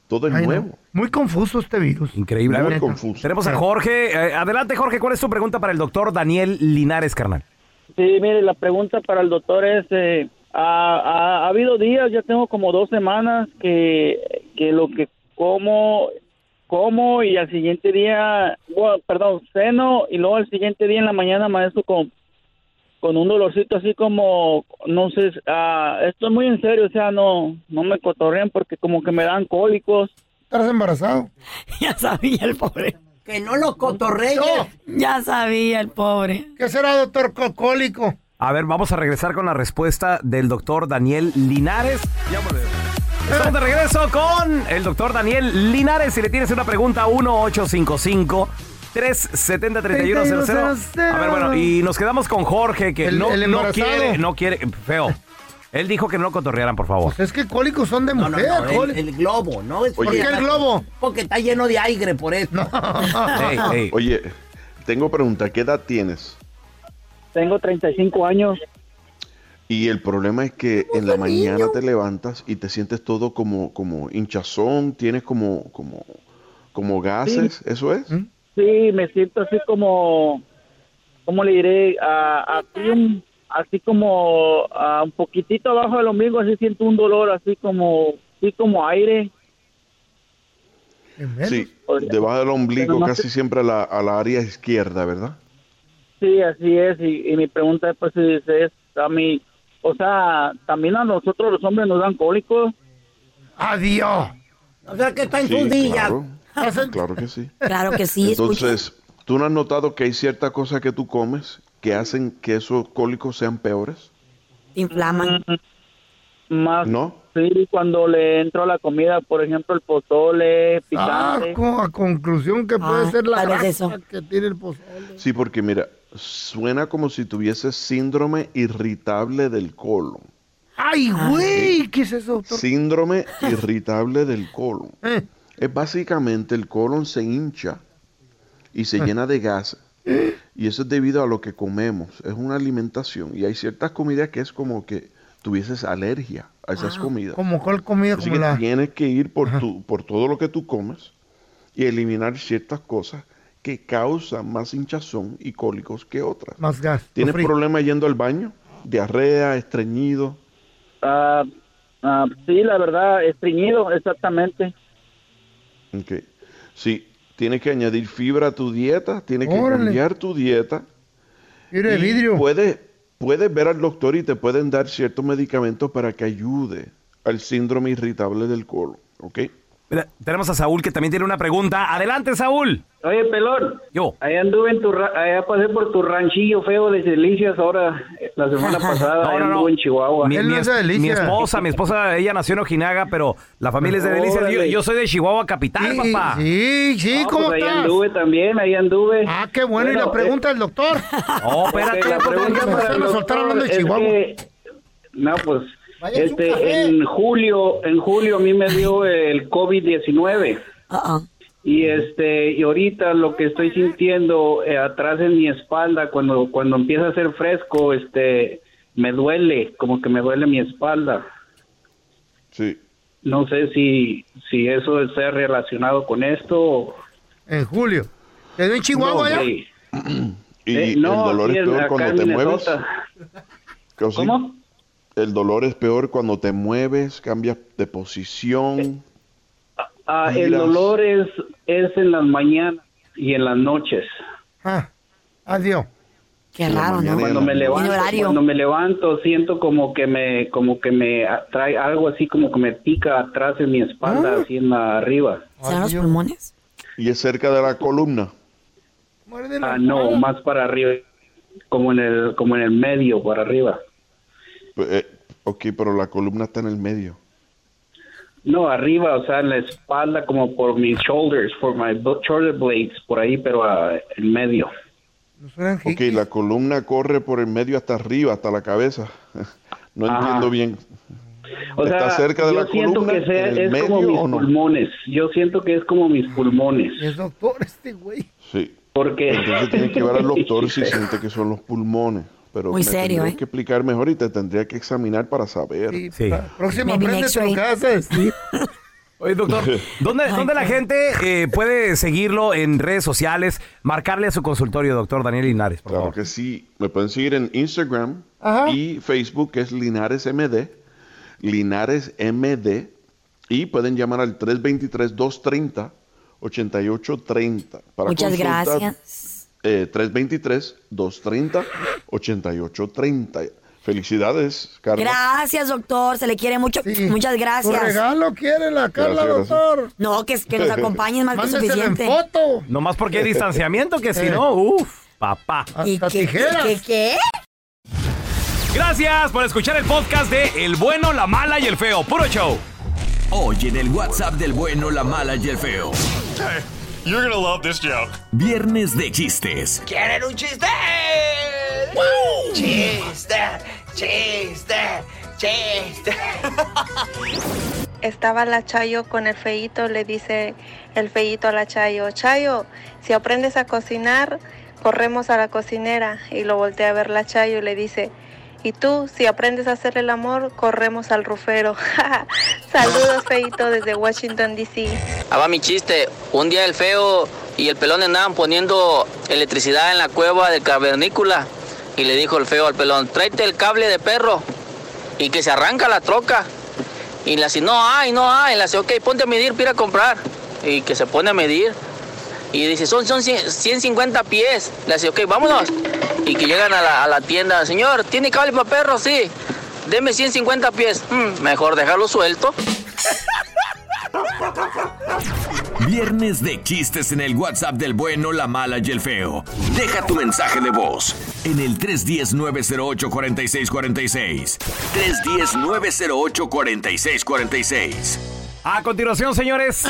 Speaker 21: todo es
Speaker 3: Ay, no.
Speaker 21: nuevo.
Speaker 3: Muy confuso este virus.
Speaker 2: Increíble. A
Speaker 21: Muy
Speaker 2: ver,
Speaker 21: confuso.
Speaker 2: Tenemos a Jorge. Eh, adelante, Jorge. ¿Cuál es tu pregunta para el doctor Daniel Linares, carnal?
Speaker 23: Sí, mire, la pregunta para el doctor es, eh, ha, ha- ha habido días, ya tengo como dos semanas que, que lo que como, como y al siguiente día, bueno, perdón, ceno y luego al siguiente día en la mañana amanezco con con un dolorcito así como, no sé, ah, esto es muy en serio, o sea, no, no me cotorrean porque como que me dan cólicos.
Speaker 3: ¿Estás embarazado?
Speaker 4: [LAUGHS] ya sabía el pobre.
Speaker 6: Que no lo cotorree.
Speaker 4: Ya sabía el pobre.
Speaker 3: ¿Qué será, doctor Cocólico?
Speaker 2: A ver, vamos a regresar con la respuesta del doctor Daniel Linares. Ya volvemos. Estamos de regreso con el doctor Daniel Linares. Si le tienes una pregunta, 1855 370 3100 A ver, bueno, y nos quedamos con Jorge, que
Speaker 3: El-
Speaker 2: no,
Speaker 3: el
Speaker 2: no
Speaker 3: embarazado.
Speaker 2: quiere, no quiere, feo. Él dijo que no cotorrearan, por favor.
Speaker 3: Es que cólicos son de mujer.
Speaker 2: no, el-
Speaker 3: cólicos.
Speaker 6: El globo, ¿no? Es
Speaker 21: Oye.
Speaker 6: porque
Speaker 21: ¿Por qué el
Speaker 6: está-
Speaker 3: globo?
Speaker 6: Porque está lleno de aire por eso.
Speaker 3: Ah,
Speaker 21: [LAUGHS] Oye, tengo pregunta, ¿qué edad tienes?
Speaker 23: Tengo 35 años.
Speaker 21: Y el problema es que en la mañana te levantas y te sientes todo como, como hinchazón, tienes como, como, como gases, ¿eso es?
Speaker 23: Mm, Sí, me siento así como, ¿cómo le diré? Ah, así, un- así como ah, un poquitito abajo del ombligo, así siento un dolor, así como, así como aire.
Speaker 21: Sí, debajo del ombligo,
Speaker 23: Pero no
Speaker 21: casi
Speaker 23: sé-
Speaker 21: siempre a la, a la área izquierda, ¿verdad?
Speaker 23: Sí, así es. Y, y mi pregunta es, pues, si es- es a mí, o sea, también a nosotros los hombres nos dan cólicos.
Speaker 3: Adiós.
Speaker 6: O sea, que está
Speaker 21: Sí,
Speaker 6: infundilla. [LAUGHS]
Speaker 21: claro. Claro que sí.
Speaker 4: Claro que sí,
Speaker 21: Entonces, ¿tú no has notado que hay ciertas cosas que tú comes que hacen que esos cólicos sean peores?
Speaker 4: Inflaman.
Speaker 23: Más,
Speaker 21: ¿No?
Speaker 23: Sí, cuando le entro a la comida, por ejemplo, el pozole, picante.
Speaker 3: Asco, a conclusión que puede
Speaker 23: Ah,
Speaker 3: ser la
Speaker 23: tal vez
Speaker 3: grasa
Speaker 23: eso.
Speaker 3: que tiene el pozole.
Speaker 21: Sí, porque mira, suena como si tuviese síndrome irritable del colon.
Speaker 3: ¡Ay, güey! ¿Qué es eso, doctor?
Speaker 21: Síndrome irritable del colon. Es básicamente el colon se hincha y se llena de gases. Y eso es debido a lo que comemos. Es una alimentación. Y hay ciertas comidas que es como que tuvieses alergia a
Speaker 22: pues,
Speaker 21: esas
Speaker 3: Ah,
Speaker 21: comidas.
Speaker 3: Como cuál comida,
Speaker 21: Así
Speaker 3: como
Speaker 21: que
Speaker 3: la...
Speaker 21: tienes que ir por, tu- por todo lo que tú comes y eliminar ciertas cosas que causan más hinchazón y cólicos que otras.
Speaker 3: Más gas.
Speaker 21: ¿Tienes
Speaker 3: Sofrí.
Speaker 21: problemas yendo al baño? Diarrea, estreñido.
Speaker 23: Ah, ah, sí, la verdad, estreñido, exactamente.
Speaker 21: Ok. Sí, tienes que añadir fibra a tu dieta, tienes
Speaker 3: Órale.
Speaker 21: que cambiar tu dieta.
Speaker 3: Fibra de
Speaker 21: y
Speaker 3: vidrio.
Speaker 21: Puedes, puedes ver al doctor y te pueden dar ciertos medicamentos para que ayude al síndrome irritable del colon. ¿Ok?
Speaker 2: Mira, tenemos a Saúl que también tiene una pregunta. Adelante, Saúl.
Speaker 22: Oye, Pelón.
Speaker 2: Yo.
Speaker 22: Ahí anduve en tu ra- allá pasé por tu ranchillo feo de delicias ahora eh, la
Speaker 2: [LAUGHS]
Speaker 22: semana pasada
Speaker 2: No,
Speaker 22: ahí
Speaker 2: no, no.
Speaker 22: anduve en Chihuahua.
Speaker 2: Mi, mi es- mi esposa, mi esposa, ella nació en Ojinaga, pero la familia es de Delicias. Yo,
Speaker 22: Órale.
Speaker 2: yo soy de Chihuahua capital, papá.
Speaker 3: Sí, sí,
Speaker 22: No,
Speaker 3: ¿cómo
Speaker 22: pues ahí
Speaker 3: estás?
Speaker 22: anduve también, ahí anduve.
Speaker 3: Ah, qué bueno. y la pregunta
Speaker 22: [LAUGHS]
Speaker 3: del doctor.
Speaker 2: Oh,
Speaker 22: Ok, la pregunta para el
Speaker 3: Empezamos a soltar
Speaker 22: doctor
Speaker 3: hablando de
Speaker 22: es
Speaker 3: Chihuahua.
Speaker 22: que- no, pues,
Speaker 3: Váyase un
Speaker 22: este,
Speaker 3: café.
Speaker 22: en julio, en julio a mí me dio el COVID-19.
Speaker 4: Uh-uh.
Speaker 22: Y este, y ahorita lo que estoy sintiendo eh, atrás en mi espalda cuando cuando empieza a hacer fresco, este, me duele, como que me duele mi espalda.
Speaker 21: Sí.
Speaker 22: No sé si si eso está relacionado con esto. o-
Speaker 3: En julio. ¿Te dio en Chihuahua
Speaker 22: No,
Speaker 3: ya?
Speaker 22: sí.
Speaker 21: [CLEARS THROAT] Y
Speaker 22: Eh,
Speaker 21: el
Speaker 22: no,
Speaker 21: dolor
Speaker 22: aquí
Speaker 21: es
Speaker 22: en-
Speaker 21: peor
Speaker 22: acá
Speaker 21: cuando
Speaker 22: en
Speaker 21: te mueves. [LAUGHS]
Speaker 22: Minnesota.
Speaker 21: ¿Cómo? El dolor es peor cuando te mueves, cambias de posición.
Speaker 22: Ah, el
Speaker 21: Miras.
Speaker 22: dolor es, es en las mañanas y en las noches.
Speaker 3: Ah, Adiós.
Speaker 4: Qué
Speaker 3: raro, ¿no?
Speaker 22: Cuando me levanto, cuando me levanto siento como que me como que me trae algo así como que me pica atrás en mi espalda, así en la arriba.
Speaker 4: ¿Serán los pulmones?
Speaker 21: Y es cerca de la columna.
Speaker 22: Ah, no, más para arriba, como en el como en el medio para arriba.
Speaker 21: Pe- eh, ok, pero la columna está en el medio.
Speaker 22: No, arriba, o sea, en la espalda como por mis shoulders, por my bu- shoulder blades, por ahí, pero ah, en medio.
Speaker 21: Ok, la columna corre por el medio hasta arriba, hasta la cabeza. [LAUGHS] No entiendo bien.
Speaker 22: O sea,
Speaker 21: ¿Está cerca de
Speaker 22: yo
Speaker 21: la
Speaker 22: siento
Speaker 21: columna?
Speaker 22: que sea-
Speaker 21: ¿En el
Speaker 22: es como
Speaker 21: medio
Speaker 22: mis
Speaker 21: o no?
Speaker 22: pulmones. Yo siento que es como mis pulmones.
Speaker 3: Es doctor este güey.
Speaker 21: Sí.
Speaker 22: Porque
Speaker 21: Entonces tienes que
Speaker 22: [LAUGHS]
Speaker 21: ver al [LAUGHS] doctor si siente que son los pulmones. Pero
Speaker 4: Muy
Speaker 21: me
Speaker 4: serio,
Speaker 21: tendrías
Speaker 4: ¿eh?
Speaker 21: que explicar mejor y te tendría que examinar para saber.
Speaker 2: Sí.
Speaker 3: Próxima,
Speaker 4: Maybe
Speaker 3: aprende
Speaker 4: next
Speaker 3: lo
Speaker 4: week.
Speaker 3: que vas a decir.
Speaker 2: Oye, doctor, ¿dónde, dónde la gente eh, puede seguirlo en redes sociales? Marcarle a su consultorio, doctor Daniel Linares, por favor.
Speaker 21: Claro que sí. Me pueden seguir en Instagram y Facebook, que es Linares MD. Linares MD. Y pueden llamar al 323-230-8830. Para
Speaker 4: Muchas
Speaker 21: consulta,
Speaker 4: gracias.
Speaker 21: eh, 323-230-8830. Felicidades, Carla.
Speaker 4: Gracias, doctor. Se le quiere mucho. Muchas gracias.
Speaker 3: Tu regalo quiere la Carla,
Speaker 21: Gracias, gracias.
Speaker 3: doctor.
Speaker 4: No, que,
Speaker 3: [LAUGHS]
Speaker 4: que nos acompañe es más que
Speaker 3: Mándeselo en
Speaker 4: suficiente.
Speaker 3: foto.
Speaker 2: Nomás porque
Speaker 21: [LAUGHS]
Speaker 2: hay distanciamiento, que si
Speaker 3: Eh.
Speaker 2: no, uff, papá.
Speaker 4: ¿Y qué, qué, qué?
Speaker 2: Gracias por escuchar el podcast de El bueno, la mala y el feo. Puro show.
Speaker 1: Hoy en el WhatsApp del bueno, la mala y el feo.
Speaker 12: You're gonna love this joke.
Speaker 1: Viernes de chistes.
Speaker 12: ¿Quieren un chiste?
Speaker 18: Chiste, chiste, chiste.
Speaker 8: Estaba la Chayo con el feíto, le dice el feíto a la Chayo, Chayo, si aprendes a cocinar, corremos a la cocinera. Y lo voltea a ver la Chayo y le dice, y tú, si aprendes a hacer el amor, corremos al rufero. [LAUGHS] Saludos, feíto, desde Washington, D.C.
Speaker 24: Ah, va mi chiste. Un día el feo y el pelón andaban poniendo electricidad en la cueva del cavernícola. Y le dijo el feo al pelón, tráete el cable de perro y que se arranca la troca. Y le dice, no hay, no hay. Le dice, ok, ponte a medir para ir a comprar. Y que se pone a medir. Y dice, son, son cien- 150 pies. Le dice, ok, vámonos. Y que llegan a la, a la tienda, señor, ¿tiene cable para perro? Sí. Deme 150 pies. "Mm, mejor dejarlo suelto.
Speaker 1: Viernes de chistes en el WhatsApp del bueno, la mala y el feo. Deja tu mensaje de voz en el 310-908-4646. 310-908-4646.
Speaker 2: A continuación, señores,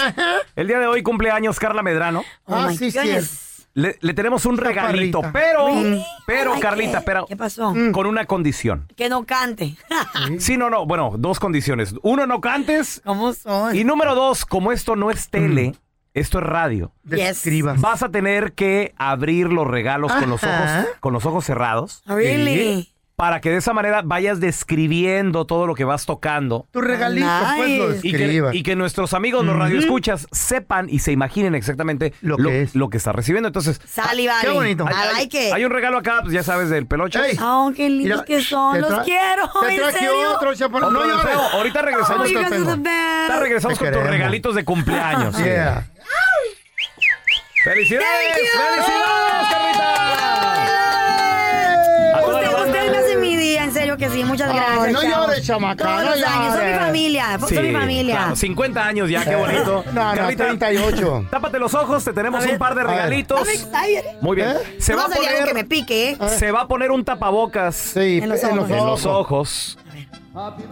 Speaker 2: el día de hoy cumple años Carla Medrano.
Speaker 4: Oh Ah, my sí, sí goodness.
Speaker 2: Le, le tenemos un regalito, pero,
Speaker 4: Really?
Speaker 2: pero
Speaker 4: Ay,
Speaker 2: Carlita,
Speaker 4: ¿qué?
Speaker 2: pero
Speaker 4: ¿Qué pasó?
Speaker 2: con una condición.
Speaker 4: Que no cante.
Speaker 2: Sí, no, no, bueno, dos condiciones. Uno, no cantes.
Speaker 4: ¿Cómo son?
Speaker 2: Y número dos, como esto no es tele, esto es radio.
Speaker 3: Describas.
Speaker 2: Vas a tener que abrir los regalos con los
Speaker 3: Ajá.
Speaker 2: ojos, con los ojos cerrados.
Speaker 4: Ah,
Speaker 3: Really?
Speaker 2: Sí. Para que de esa manera vayas describiendo todo lo que vas tocando.
Speaker 3: Tu regalito, pues
Speaker 4: Ah,
Speaker 3: lo
Speaker 2: Y que,
Speaker 3: describas.
Speaker 2: y que nuestros amigos, los
Speaker 3: Ujú.
Speaker 2: radioescuchas, sepan y se imaginen exactamente Mm. lo, lo que, estás recibiendo. Entonces,
Speaker 4: Sal y
Speaker 2: Qué
Speaker 4: vale.
Speaker 2: bonito.
Speaker 4: I like it.
Speaker 2: hay un regalo acá, pues, ya sabes, del pelocho.
Speaker 4: Oh, qué lindos
Speaker 2: Mira,
Speaker 4: que son.
Speaker 2: te
Speaker 4: Los
Speaker 2: tra-
Speaker 4: quiero.
Speaker 2: te
Speaker 4: ¿en
Speaker 2: traje
Speaker 4: serio?
Speaker 2: otro, chaparro. No Otro del llores. feo. Ahorita regresamos
Speaker 4: Oh, you
Speaker 2: con el
Speaker 4: guys are
Speaker 2: feo.
Speaker 4: the best.
Speaker 2: Ahorita regresamos con tus
Speaker 3: Te queremos. Ah,
Speaker 2: regalitos de cumpleaños.
Speaker 3: Yeah.
Speaker 2: ¡Felicidades!
Speaker 4: Thank you.
Speaker 2: ¡Felicidades,
Speaker 4: Carlita! Usted, usted me hace mi día, en serio que sí. Muchas gracias.
Speaker 3: no
Speaker 4: chavos.
Speaker 3: llores, chamaca,
Speaker 4: Todos
Speaker 3: no
Speaker 4: los años. Son mi
Speaker 3: llores.
Speaker 4: familia. Son mi
Speaker 2: Sí,
Speaker 4: familia.
Speaker 2: claro, 50 años ya, qué bonito.
Speaker 3: Eh, No, no, 38.
Speaker 2: Tápate los ojos, te tenemos un par de regalitos.
Speaker 4: I'm excited.
Speaker 2: Muy bien. Se
Speaker 4: No
Speaker 2: va a
Speaker 4: sería algo
Speaker 2: poner
Speaker 4: que me pique, ¿eh?
Speaker 3: Ah.
Speaker 2: se va a poner un tapabocas
Speaker 3: en los en los ojos.
Speaker 2: En los ojos.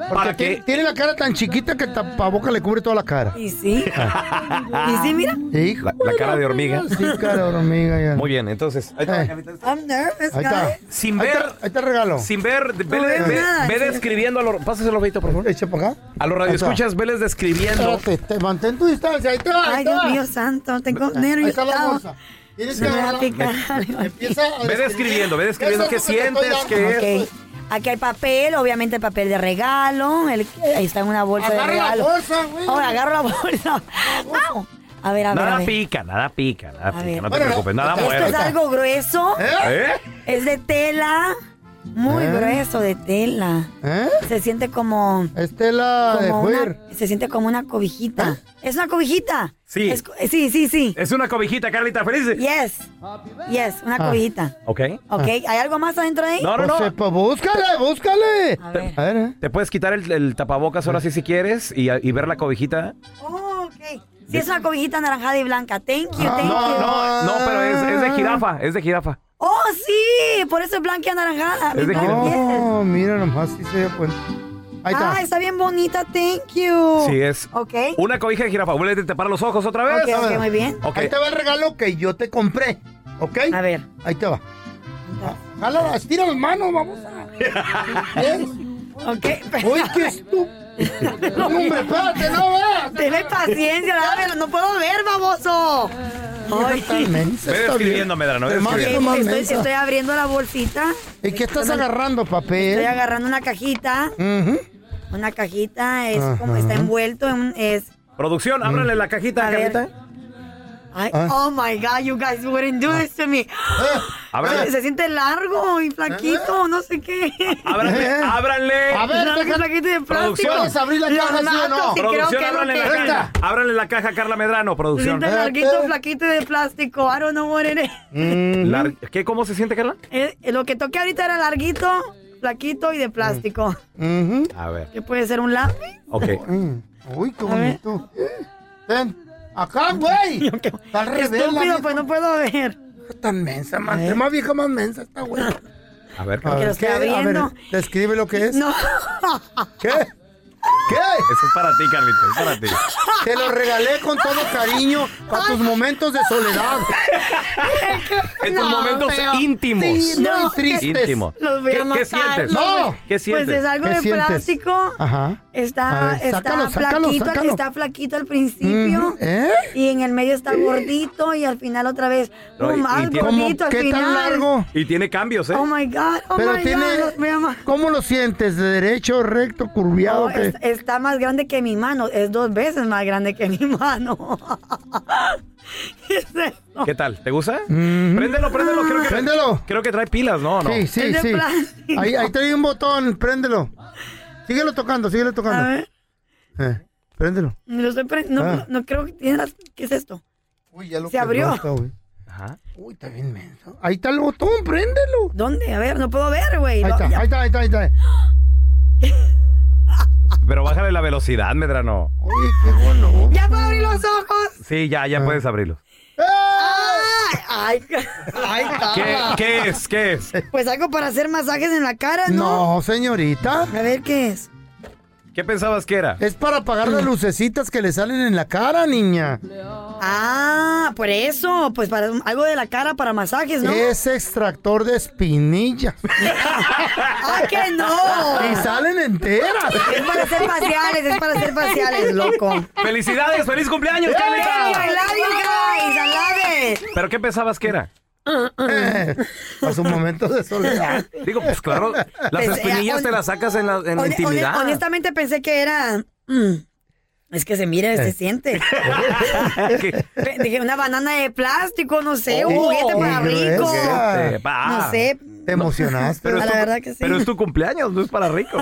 Speaker 3: Porque
Speaker 2: qué?
Speaker 3: ti- tiene la cara tan chiquita que el tapaboca le cubre toda la cara.
Speaker 4: Y sí. y
Speaker 12: Ah.
Speaker 4: sí, mira.
Speaker 2: La, la cara de hormiga.
Speaker 3: Sí, cara de hormiga ya.
Speaker 2: Muy bien, entonces. ahí está, Carlita.
Speaker 4: I'm nervous,
Speaker 3: Ahí está.
Speaker 4: guys.
Speaker 2: Sin ver.
Speaker 3: Ahí está el regalo.
Speaker 2: Sin ver, ve,
Speaker 3: No
Speaker 2: ve-
Speaker 3: veo
Speaker 2: ve-
Speaker 3: nada,
Speaker 2: ve
Speaker 3: sí.
Speaker 2: describiendo a los. Pásaselo, Feito, por favor.
Speaker 3: Echa para acá.
Speaker 2: A los radioescuchas, veles describiendo.
Speaker 3: Espérate, te- mantén tu distancia. Ahí te va. ahí
Speaker 4: Ay,
Speaker 3: te
Speaker 4: Dios
Speaker 3: va.
Speaker 4: mío santo. Tengo nervios.
Speaker 3: Ahí está la bolsa. Tienes
Speaker 4: Me
Speaker 3: que
Speaker 4: voy a
Speaker 3: agarrar-
Speaker 4: picar.
Speaker 3: Empieza a
Speaker 2: Ve describiendo, ve describiendo
Speaker 3: Eso
Speaker 2: qué
Speaker 3: es lo que te
Speaker 2: sientes,
Speaker 3: estoy
Speaker 2: qué
Speaker 3: dando.
Speaker 2: es.
Speaker 4: Ok. Aquí hay papel, obviamente el papel de regalo. el- ahí está una bolsa de
Speaker 3: Agarra la
Speaker 4: regalo.
Speaker 3: bolsa, güey.
Speaker 4: Ahora agarro la bolsa. Au. A ver, a ver.
Speaker 2: Nada
Speaker 4: a ver.
Speaker 2: pica, nada pica, nada
Speaker 4: A
Speaker 2: pica.
Speaker 4: ver.
Speaker 2: No te preocupes, nada
Speaker 4: Esto es
Speaker 2: muerde.
Speaker 4: algo grueso.
Speaker 2: ¿Eh?
Speaker 4: Es de tela. Muy
Speaker 3: ¿Eh?
Speaker 4: grueso de tela. Se siente como.
Speaker 3: Es tela de ¿Eh? cuero.
Speaker 4: Se siente como una cobijita. Es una cobijita.
Speaker 2: Sí.
Speaker 4: Es- sí, sí, sí.
Speaker 2: Es una cobijita, Carlita, feliz.
Speaker 4: Yes. Yes, una
Speaker 2: Ah.
Speaker 4: cobijita.
Speaker 2: Ok. Ah.
Speaker 4: ¿Ok? ¿Hay algo más adentro de ahí?
Speaker 2: No, no, no.
Speaker 3: Ah. Pues, pues, búscale, búscale. eh.
Speaker 4: A ver.
Speaker 2: Te puedes quitar el, el tapabocas ahora sí si quieres y, y ver la cobijita.
Speaker 4: Oh, ok. Sí, es una cobijita anaranjada y blanca. Thank
Speaker 3: Ah.
Speaker 4: you, thank you.
Speaker 2: No, no, pero es, es de jirafa, es de jirafa.
Speaker 4: Oh, sí, por eso es blanca y anaranjada. Ah,
Speaker 2: Es de
Speaker 4: Mi
Speaker 2: jirafa.
Speaker 4: madre.
Speaker 3: Oh, mira nomás, sí se dio cuenta. Ahí está.
Speaker 4: Ah, está bien bonita, thank you.
Speaker 2: Sí, es.
Speaker 4: Ok.
Speaker 2: Una cobija de jirafa. Vuelve a tapar los ojos otra vez.
Speaker 4: Ok, ok, muy bien.
Speaker 2: Ok.
Speaker 3: Ahí te va el regalo que yo te compré, ¿ok? A
Speaker 4: ver.
Speaker 3: Ahí te va. Jala, estira las manos, vamos.
Speaker 4: ok.
Speaker 3: Uy, qué estúpido. No, hombre, espérate, no veas.
Speaker 4: Tenme paciencia, dámelo, no puedo ver, baboso. Ay.
Speaker 2: Ve describiendo, Medrano, ve
Speaker 3: Te mando
Speaker 2: describiendo.
Speaker 3: más
Speaker 4: Estoy,
Speaker 3: mensa.
Speaker 4: estoy abriendo la bolsita.
Speaker 3: ¿Y qué estás agarrando, papel?
Speaker 4: Estoy agarrando una cajita.
Speaker 3: Ujú.
Speaker 4: Una cajita, es como
Speaker 2: Ajá.
Speaker 4: está envuelto en un- es
Speaker 3: Mm.
Speaker 2: Producción, ábrale la cajita,
Speaker 4: A ver.
Speaker 2: Carlita.
Speaker 4: Ay,
Speaker 3: Ah.
Speaker 4: Oh my God, you guys wouldn't do this to me.
Speaker 2: ábrale.
Speaker 4: Se siente largo y flaquito, no sé qué.
Speaker 2: Ábranle, ábranle.
Speaker 4: A ver, Largo, deja- flaquito y de plástico. ¿Puedes abrir la Los caja, sí o no? nacos, sí, creo
Speaker 2: producción,
Speaker 4: que es lo
Speaker 2: ábranle la
Speaker 4: que-
Speaker 2: caja. Ábranle la caja, Carla Medrano,
Speaker 4: Se
Speaker 2: producción.
Speaker 4: siente
Speaker 3: Eh,
Speaker 4: larguito, flaquito y de plástico. I don't know what it is.
Speaker 3: mm.
Speaker 2: Lar- ¿Qué, ¿Cómo se siente, Carla?
Speaker 4: Eh, eh, Lo que toqué ahorita era larguito, flaquito y de plástico.
Speaker 2: A ver.
Speaker 4: ¿Qué puede ser un lápiz?
Speaker 2: Ok.
Speaker 12: Mm.
Speaker 3: Uy, qué bonito. Ven, acá,
Speaker 4: [LAUGHS]
Speaker 3: güey. Está al revés, la
Speaker 4: Estúpido,
Speaker 3: vieja.
Speaker 4: pues no puedo ver.
Speaker 3: Tan mensa, man. Entre más vieja, más mensa está, güey.
Speaker 2: A ver,
Speaker 3: A ver,
Speaker 4: lo esté
Speaker 3: A ver,
Speaker 4: abriendo.
Speaker 3: describe lo que es.
Speaker 4: No.
Speaker 3: ¿Qué? ¿Qué?
Speaker 2: Eso es para ti, Carlito, es para ti.
Speaker 3: Te lo regalé con todo cariño para tus momentos de soledad.
Speaker 2: Estos
Speaker 3: No,
Speaker 2: momentos
Speaker 3: feo.
Speaker 2: íntimos.
Speaker 3: Sí, no,
Speaker 2: No,
Speaker 3: y tristes.
Speaker 2: Íntimo.
Speaker 4: Los voy a
Speaker 2: ¿Qué,
Speaker 4: matar,
Speaker 2: qué sientes?
Speaker 4: los voy-
Speaker 2: ¿Qué sientes?
Speaker 4: Pues es algo de plástico.
Speaker 3: Ajá.
Speaker 4: Está,
Speaker 3: A ver,
Speaker 4: está
Speaker 3: sácalo, sácalo,
Speaker 4: flaquito, al-
Speaker 3: sácalo.
Speaker 4: está flaquito al principio.
Speaker 3: Ujú, ¿eh?
Speaker 4: Y en el medio está gordito y al final otra vez
Speaker 2: No,
Speaker 4: un
Speaker 2: y- y
Speaker 4: más
Speaker 2: tiene-
Speaker 4: gordito al final.
Speaker 2: Y tiene cambios, ¿eh?
Speaker 4: Oh my God, oh
Speaker 3: Pero
Speaker 4: my
Speaker 3: tiene.
Speaker 4: God.
Speaker 3: ¿Cómo lo sientes? ¿De derecho, recto, curviado?
Speaker 4: No,
Speaker 3: qué?
Speaker 4: es- está más grande que mi mano, es dos veces más grande que mi mano.
Speaker 2: ¿Qué tal? ¿Te gusta? Préndelo, préndelo. Creo que,
Speaker 3: Mm-hmm. préndelo.
Speaker 2: Creo que trae pilas, ¿no? no.
Speaker 3: Sí, sí, sí. Ahí, ahí trae un botón, préndelo. Síguelo tocando, síguelo tocando.
Speaker 4: A ver.
Speaker 3: Eh, préndelo.
Speaker 4: Me lo estoy pre- no,
Speaker 3: Ah.
Speaker 4: no creo que tiene las- ¿Qué es esto?
Speaker 3: Uy, ya lo
Speaker 4: Se abrió.
Speaker 3: Está, güey.
Speaker 2: Ajá.
Speaker 3: Uy, está bien menso. Ahí está el botón, préndelo.
Speaker 4: ¿Dónde? A ver, no puedo ver, güey.
Speaker 3: Ahí
Speaker 4: Lo-
Speaker 3: está,
Speaker 4: ya-
Speaker 3: ahí está, ahí está, ahí está.
Speaker 2: Pero bájale la velocidad, Medrano.
Speaker 3: Oye, qué bueno. Ah.
Speaker 4: ¡Ya puedo abrir los ojos! Ah.
Speaker 2: Sí, ya, ya puedes abrirlo.
Speaker 12: ¡Eh!
Speaker 4: ¡Ay! ¡Ay! ay,
Speaker 2: ¿Qué,
Speaker 3: Ah.
Speaker 4: caramba.
Speaker 2: qué es? ¿Qué es?
Speaker 4: Pues algo para hacer masajes en la cara, ¿no?
Speaker 3: No, señorita. A
Speaker 4: ver qué es.
Speaker 2: ¿Qué pensabas que era?
Speaker 3: Es para apagar Eh, las lucecitas que le salen en la cara, niña.
Speaker 4: Ah, por eso. Pues para algo de la cara para masajes, ¿no?
Speaker 3: Es extractor de
Speaker 4: [LAUGHS]
Speaker 3: espinillas. [LAUGHS]
Speaker 4: ¡Ah, que no!
Speaker 3: Y salen enteras.
Speaker 4: Es para hacer faciales, es para hacer faciales, loco.
Speaker 2: ¡Felicidades! ¡Feliz cumpleaños,
Speaker 4: Hey, I
Speaker 2: Carlita!
Speaker 4: love you guys, I love it.
Speaker 2: ¿Pero qué pensabas que
Speaker 3: [LAUGHS]
Speaker 2: era?
Speaker 3: A su momento de soledad. Este,
Speaker 2: Digo, pues claro, las
Speaker 4: Pues, eh,
Speaker 2: espinillas
Speaker 4: hon-
Speaker 2: te las sacas en la, en la
Speaker 4: Hone-
Speaker 2: intimidad.
Speaker 4: hone- honestamente pensé que era. mm, es que se mira,
Speaker 3: Eh.
Speaker 4: se siente. Pe- Dije, una banana de plástico, no sé,
Speaker 2: Oh,
Speaker 4: un juguete para rico.
Speaker 2: Juguete, pa-
Speaker 4: No sé.
Speaker 3: Te emocionaste.
Speaker 2: Este, Pero
Speaker 4: La
Speaker 2: es tu-
Speaker 4: verdad que sí.
Speaker 2: Pero es tu cumpleaños, no es para rico.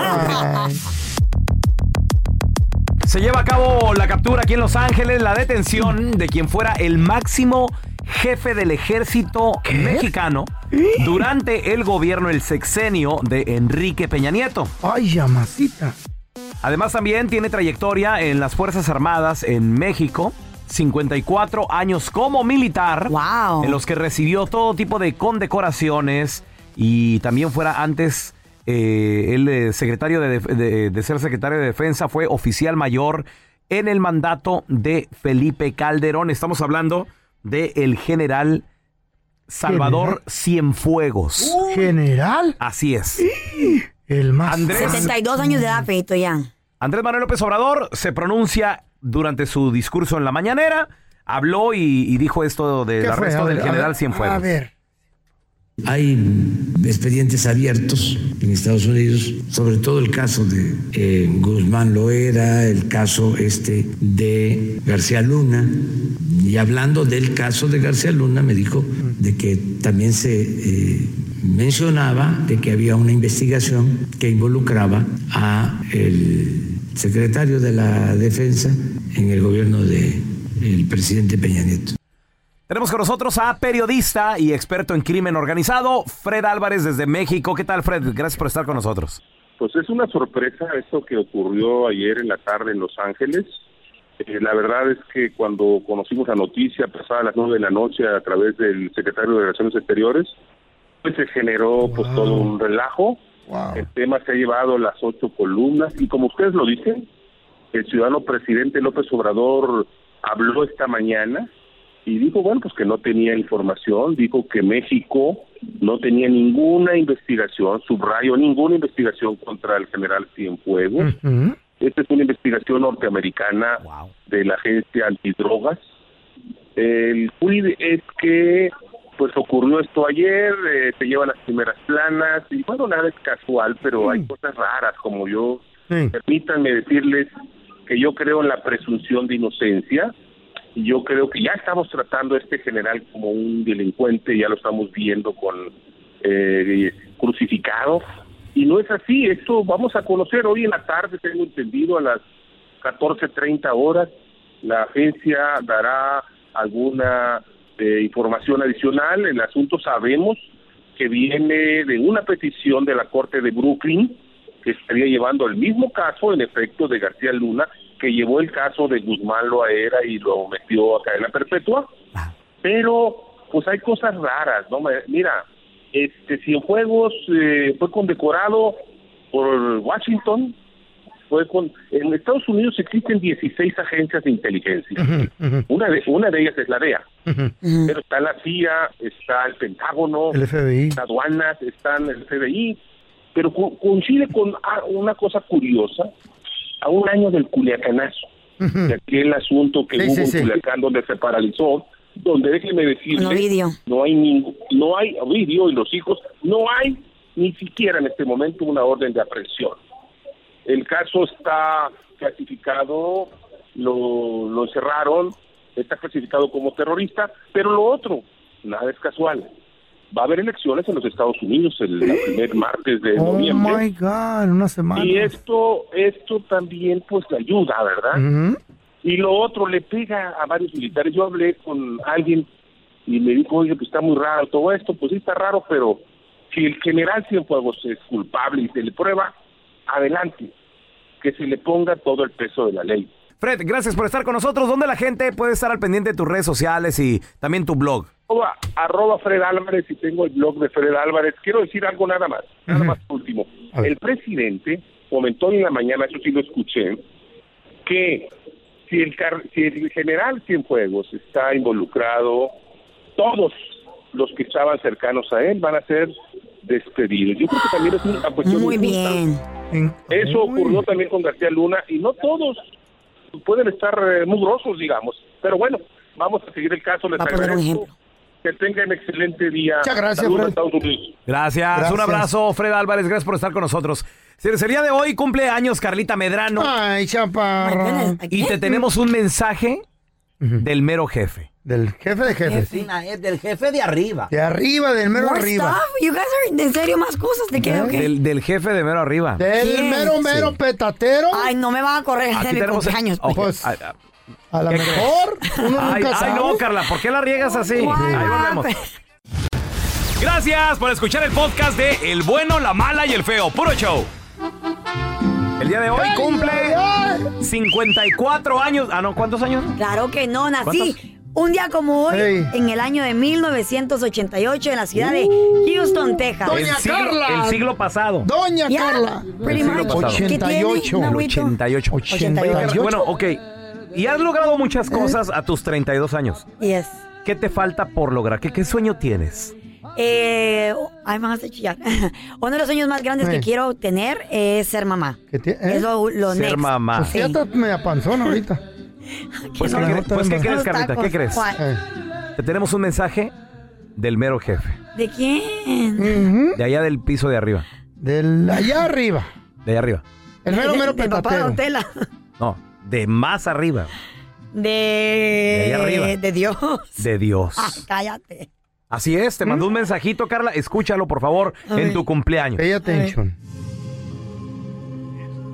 Speaker 2: Se lleva a cabo la captura aquí en Los Ángeles, la detención de quien fuera el máximo jefe del ejército mexicano durante el gobierno, el sexenio de Enrique Peña Nieto.
Speaker 3: Ay, llamacita.
Speaker 2: Además también tiene trayectoria en las Fuerzas Armadas en México. 54 años como militar. En los que recibió todo tipo de condecoraciones y también fuera antes eh, el eh, secretario de, def- de- de ser secretario de defensa fue oficial mayor en el mandato de Felipe Calderón. Estamos hablando de el general Salvador Cienfuegos.
Speaker 3: General.
Speaker 2: Así es.
Speaker 3: Uh. El más.
Speaker 2: Andrés.
Speaker 4: 72 años de edad, feito ya.
Speaker 2: Andrés Manuel López Obrador se pronuncia durante su discurso en la mañanera, habló y, y dijo esto del
Speaker 7: ¿Qué fue?
Speaker 2: arresto
Speaker 7: A
Speaker 2: del
Speaker 7: ver, a
Speaker 2: general
Speaker 7: ver,
Speaker 2: Cienfuegos.
Speaker 7: a ver. Hay expedientes abiertos en Estados Unidos, sobre todo el caso de eh, Guzmán Loera, el caso este de García Luna. Y hablando del caso de García Luna, me dijo de que también se eh, mencionaba de que había una investigación que involucraba a el secretario de la Defensa en el gobierno del presidente Peña Nieto.
Speaker 2: Tenemos con nosotros a periodista y experto en crimen organizado, Fred Álvarez desde México. ¿Qué tal, Fred? Gracias por estar con nosotros.
Speaker 9: Pues es una sorpresa esto que ocurrió ayer en la tarde en Los Ángeles. Eh, la verdad es que cuando conocimos la noticia, pasada las nueve de la noche, a través del secretario de Relaciones Exteriores, pues se generó pues todo un relajo. El tema se ha llevado las ocho columnas y como ustedes lo dicen, el ciudadano presidente López Obrador habló esta mañana y dijo, bueno, pues que no tenía información, dijo que México no tenía ninguna investigación, subrayo, ninguna investigación contra el general Cienfuegos.
Speaker 12: Mm.
Speaker 9: Esta es una investigación norteamericana de la agencia antidrogas. El quid es que pues ocurrió esto ayer, eh, se llevan las primeras planas y bueno, nada es casual, pero hay cosas raras como yo. Permítanme decirles que yo creo en la presunción de inocencia yo creo que ya estamos tratando a este general como un delincuente, ya lo estamos viendo con eh, crucificado, y no es así, esto vamos a conocer hoy en la tarde, tengo entendido, a las 14.30 horas, la agencia dará alguna eh, información adicional, el asunto sabemos que viene de una petición de la Corte de Brooklyn, que estaría llevando el mismo caso, en efecto, de García Luna, que llevó el caso de Guzmán Loaera y lo metió a cadena perpetua. Pero, pues hay cosas raras, ¿no? Mira, este Cienfuegos eh, fue condecorado por Washington. Fue con, en Estados Unidos existen 16 agencias de inteligencia. Una de, una de ellas es la E DEA. Pero está la CIA, está el Pentágono,
Speaker 3: El FBI.
Speaker 9: las aduanas, están el FBI. Pero co- coincide con ah, una cosa curiosa, a un año del Culiacanazo,
Speaker 15: 嗯
Speaker 9: de aquel asunto que
Speaker 5: Sí,
Speaker 9: hubo
Speaker 5: sí,
Speaker 9: en
Speaker 5: sí.
Speaker 9: Culiacán donde se paralizó, donde déjeme decirle,
Speaker 5: Con Ovidio.
Speaker 9: no hay ningún, no hay Ovidio y los hijos, no hay ni siquiera en este momento una orden de aprehensión. El caso está clasificado, lo, lo encerraron, está clasificado como terrorista, pero lo otro, nada es casual. Va a haber elecciones en los Estados Unidos el, el primer martes de
Speaker 3: Oh
Speaker 9: noviembre.
Speaker 3: my God, en una semana.
Speaker 9: Y esto, esto también pues le ayuda, ¿verdad?
Speaker 3: Ujú.
Speaker 9: Y lo otro le pega a varios militares. Yo hablé con alguien y me dijo, oye, pues está muy raro todo esto. Pues sí está raro, pero si el general Cienfuegos es culpable y se le prueba, adelante, que se le ponga todo el peso de la ley.
Speaker 2: Fred, gracias por estar con nosotros. ¿Dónde la gente puede estar al pendiente de tus redes sociales y también tu blog?
Speaker 9: Arroba, arroba Fred Álvarez y tengo el blog de Fred Álvarez. Quiero decir algo nada más, nada más último. El presidente comentó en la mañana, eso sí lo escuché, que si el, car- si el general Cienfuegos está involucrado, todos los que estaban cercanos a él van a ser despedidos. Yo creo que también es una cuestión
Speaker 4: Muy
Speaker 9: injusta.
Speaker 4: bien.
Speaker 9: Eso ocurrió también con García Luna y no todos pueden estar eh, mugrosos, digamos. Pero bueno, vamos a seguir el caso. Les agradezco. Que tengan excelente día.
Speaker 2: Muchas gracias,
Speaker 9: Saludos
Speaker 2: Fred.
Speaker 9: a Estados Unidos.
Speaker 2: Gracias,
Speaker 9: Gracias.
Speaker 2: un abrazo, Fred Álvarez, gracias por estar con nosotros. Cerecería de hoy cumple años Carlita Medrano.
Speaker 3: Ay, chaparra.
Speaker 2: Y te tenemos un mensaje del mero jefe.
Speaker 3: Del jefe de jefes.
Speaker 6: Es del jefe de arriba.
Speaker 3: De arriba, del mero
Speaker 4: More
Speaker 3: arriba.
Speaker 4: stuff. You guys are en serio más cosas. ¿De qué? o qué?
Speaker 2: Del, del jefe de mero arriba.
Speaker 3: Del
Speaker 4: ¿Quién?
Speaker 3: mero, mero petatero.
Speaker 4: Ay, no me van a correr
Speaker 2: Aquí
Speaker 4: de mi
Speaker 2: tenemos-
Speaker 4: cumpleaños.
Speaker 2: Ok,
Speaker 4: Pues,
Speaker 2: a- a-
Speaker 3: A lo
Speaker 2: ¿Qué crees?
Speaker 3: mejor. Uno
Speaker 2: ay,
Speaker 3: nunca
Speaker 2: ay,
Speaker 3: sabe.
Speaker 2: no, Carla, ¿por qué la riegas así? Ahí volvemos. Gracias por escuchar el podcast de El bueno, la mala y el feo. Puro show. El día de hoy cumple 54 años. Ah, no, ¿cuántos años?
Speaker 4: Claro que no, nací un día como hoy, en el año de 1988, en la ciudad de
Speaker 3: Uh,
Speaker 4: Houston, Texas.
Speaker 2: el siglo, El siglo pasado.
Speaker 3: Doña
Speaker 4: Carla.
Speaker 2: El
Speaker 4: Pretty
Speaker 2: siglo
Speaker 4: much.
Speaker 2: pasado.
Speaker 4: ¿Qué tiene? Un
Speaker 2: El
Speaker 4: agüito.
Speaker 2: 88.
Speaker 4: 88.
Speaker 2: Bueno, ok. Y has logrado muchas cosas a tus 32 años.
Speaker 4: Yes.
Speaker 2: ¿Qué te falta por lograr? ¿Qué, qué sueño tienes?
Speaker 4: Eh, ay, me vas a chillar. [LAUGHS] Uno de los sueños más grandes que
Speaker 3: Eh.
Speaker 4: quiero tener es ser mamá. Es lo, lo
Speaker 2: Ser
Speaker 4: next.
Speaker 2: mamá.
Speaker 3: Pues ¿Eh? ya
Speaker 4: Sí.
Speaker 3: está media panzona
Speaker 4: [LAUGHS]
Speaker 3: ahorita.
Speaker 2: Pues,
Speaker 3: no,
Speaker 2: ¿qué,
Speaker 3: no,
Speaker 2: cre- pues, ¿qué
Speaker 3: no.
Speaker 2: crees,
Speaker 3: Unos
Speaker 2: Carlita? ¿Qué
Speaker 3: tacos.
Speaker 2: crees?
Speaker 4: ¿Cuál?
Speaker 3: Eh.
Speaker 2: Te tenemos un mensaje del mero jefe.
Speaker 4: ¿De quién?
Speaker 2: De allá del piso de arriba.
Speaker 3: Del allá arriba.
Speaker 2: De allá arriba.
Speaker 3: El mero, mero
Speaker 4: De- del papá de
Speaker 3: petatero.
Speaker 4: Don Tela.
Speaker 2: No, de más arriba.
Speaker 4: De,
Speaker 2: De allá arriba.
Speaker 4: de Dios. [LAUGHS]
Speaker 2: De Dios.
Speaker 4: Ah, cállate.
Speaker 2: Así es, te mandó un mensajito, Carla. Escúchalo, por favor,
Speaker 4: A
Speaker 2: en
Speaker 4: ver.
Speaker 2: tu cumpleaños.
Speaker 3: Mm. Pay attention.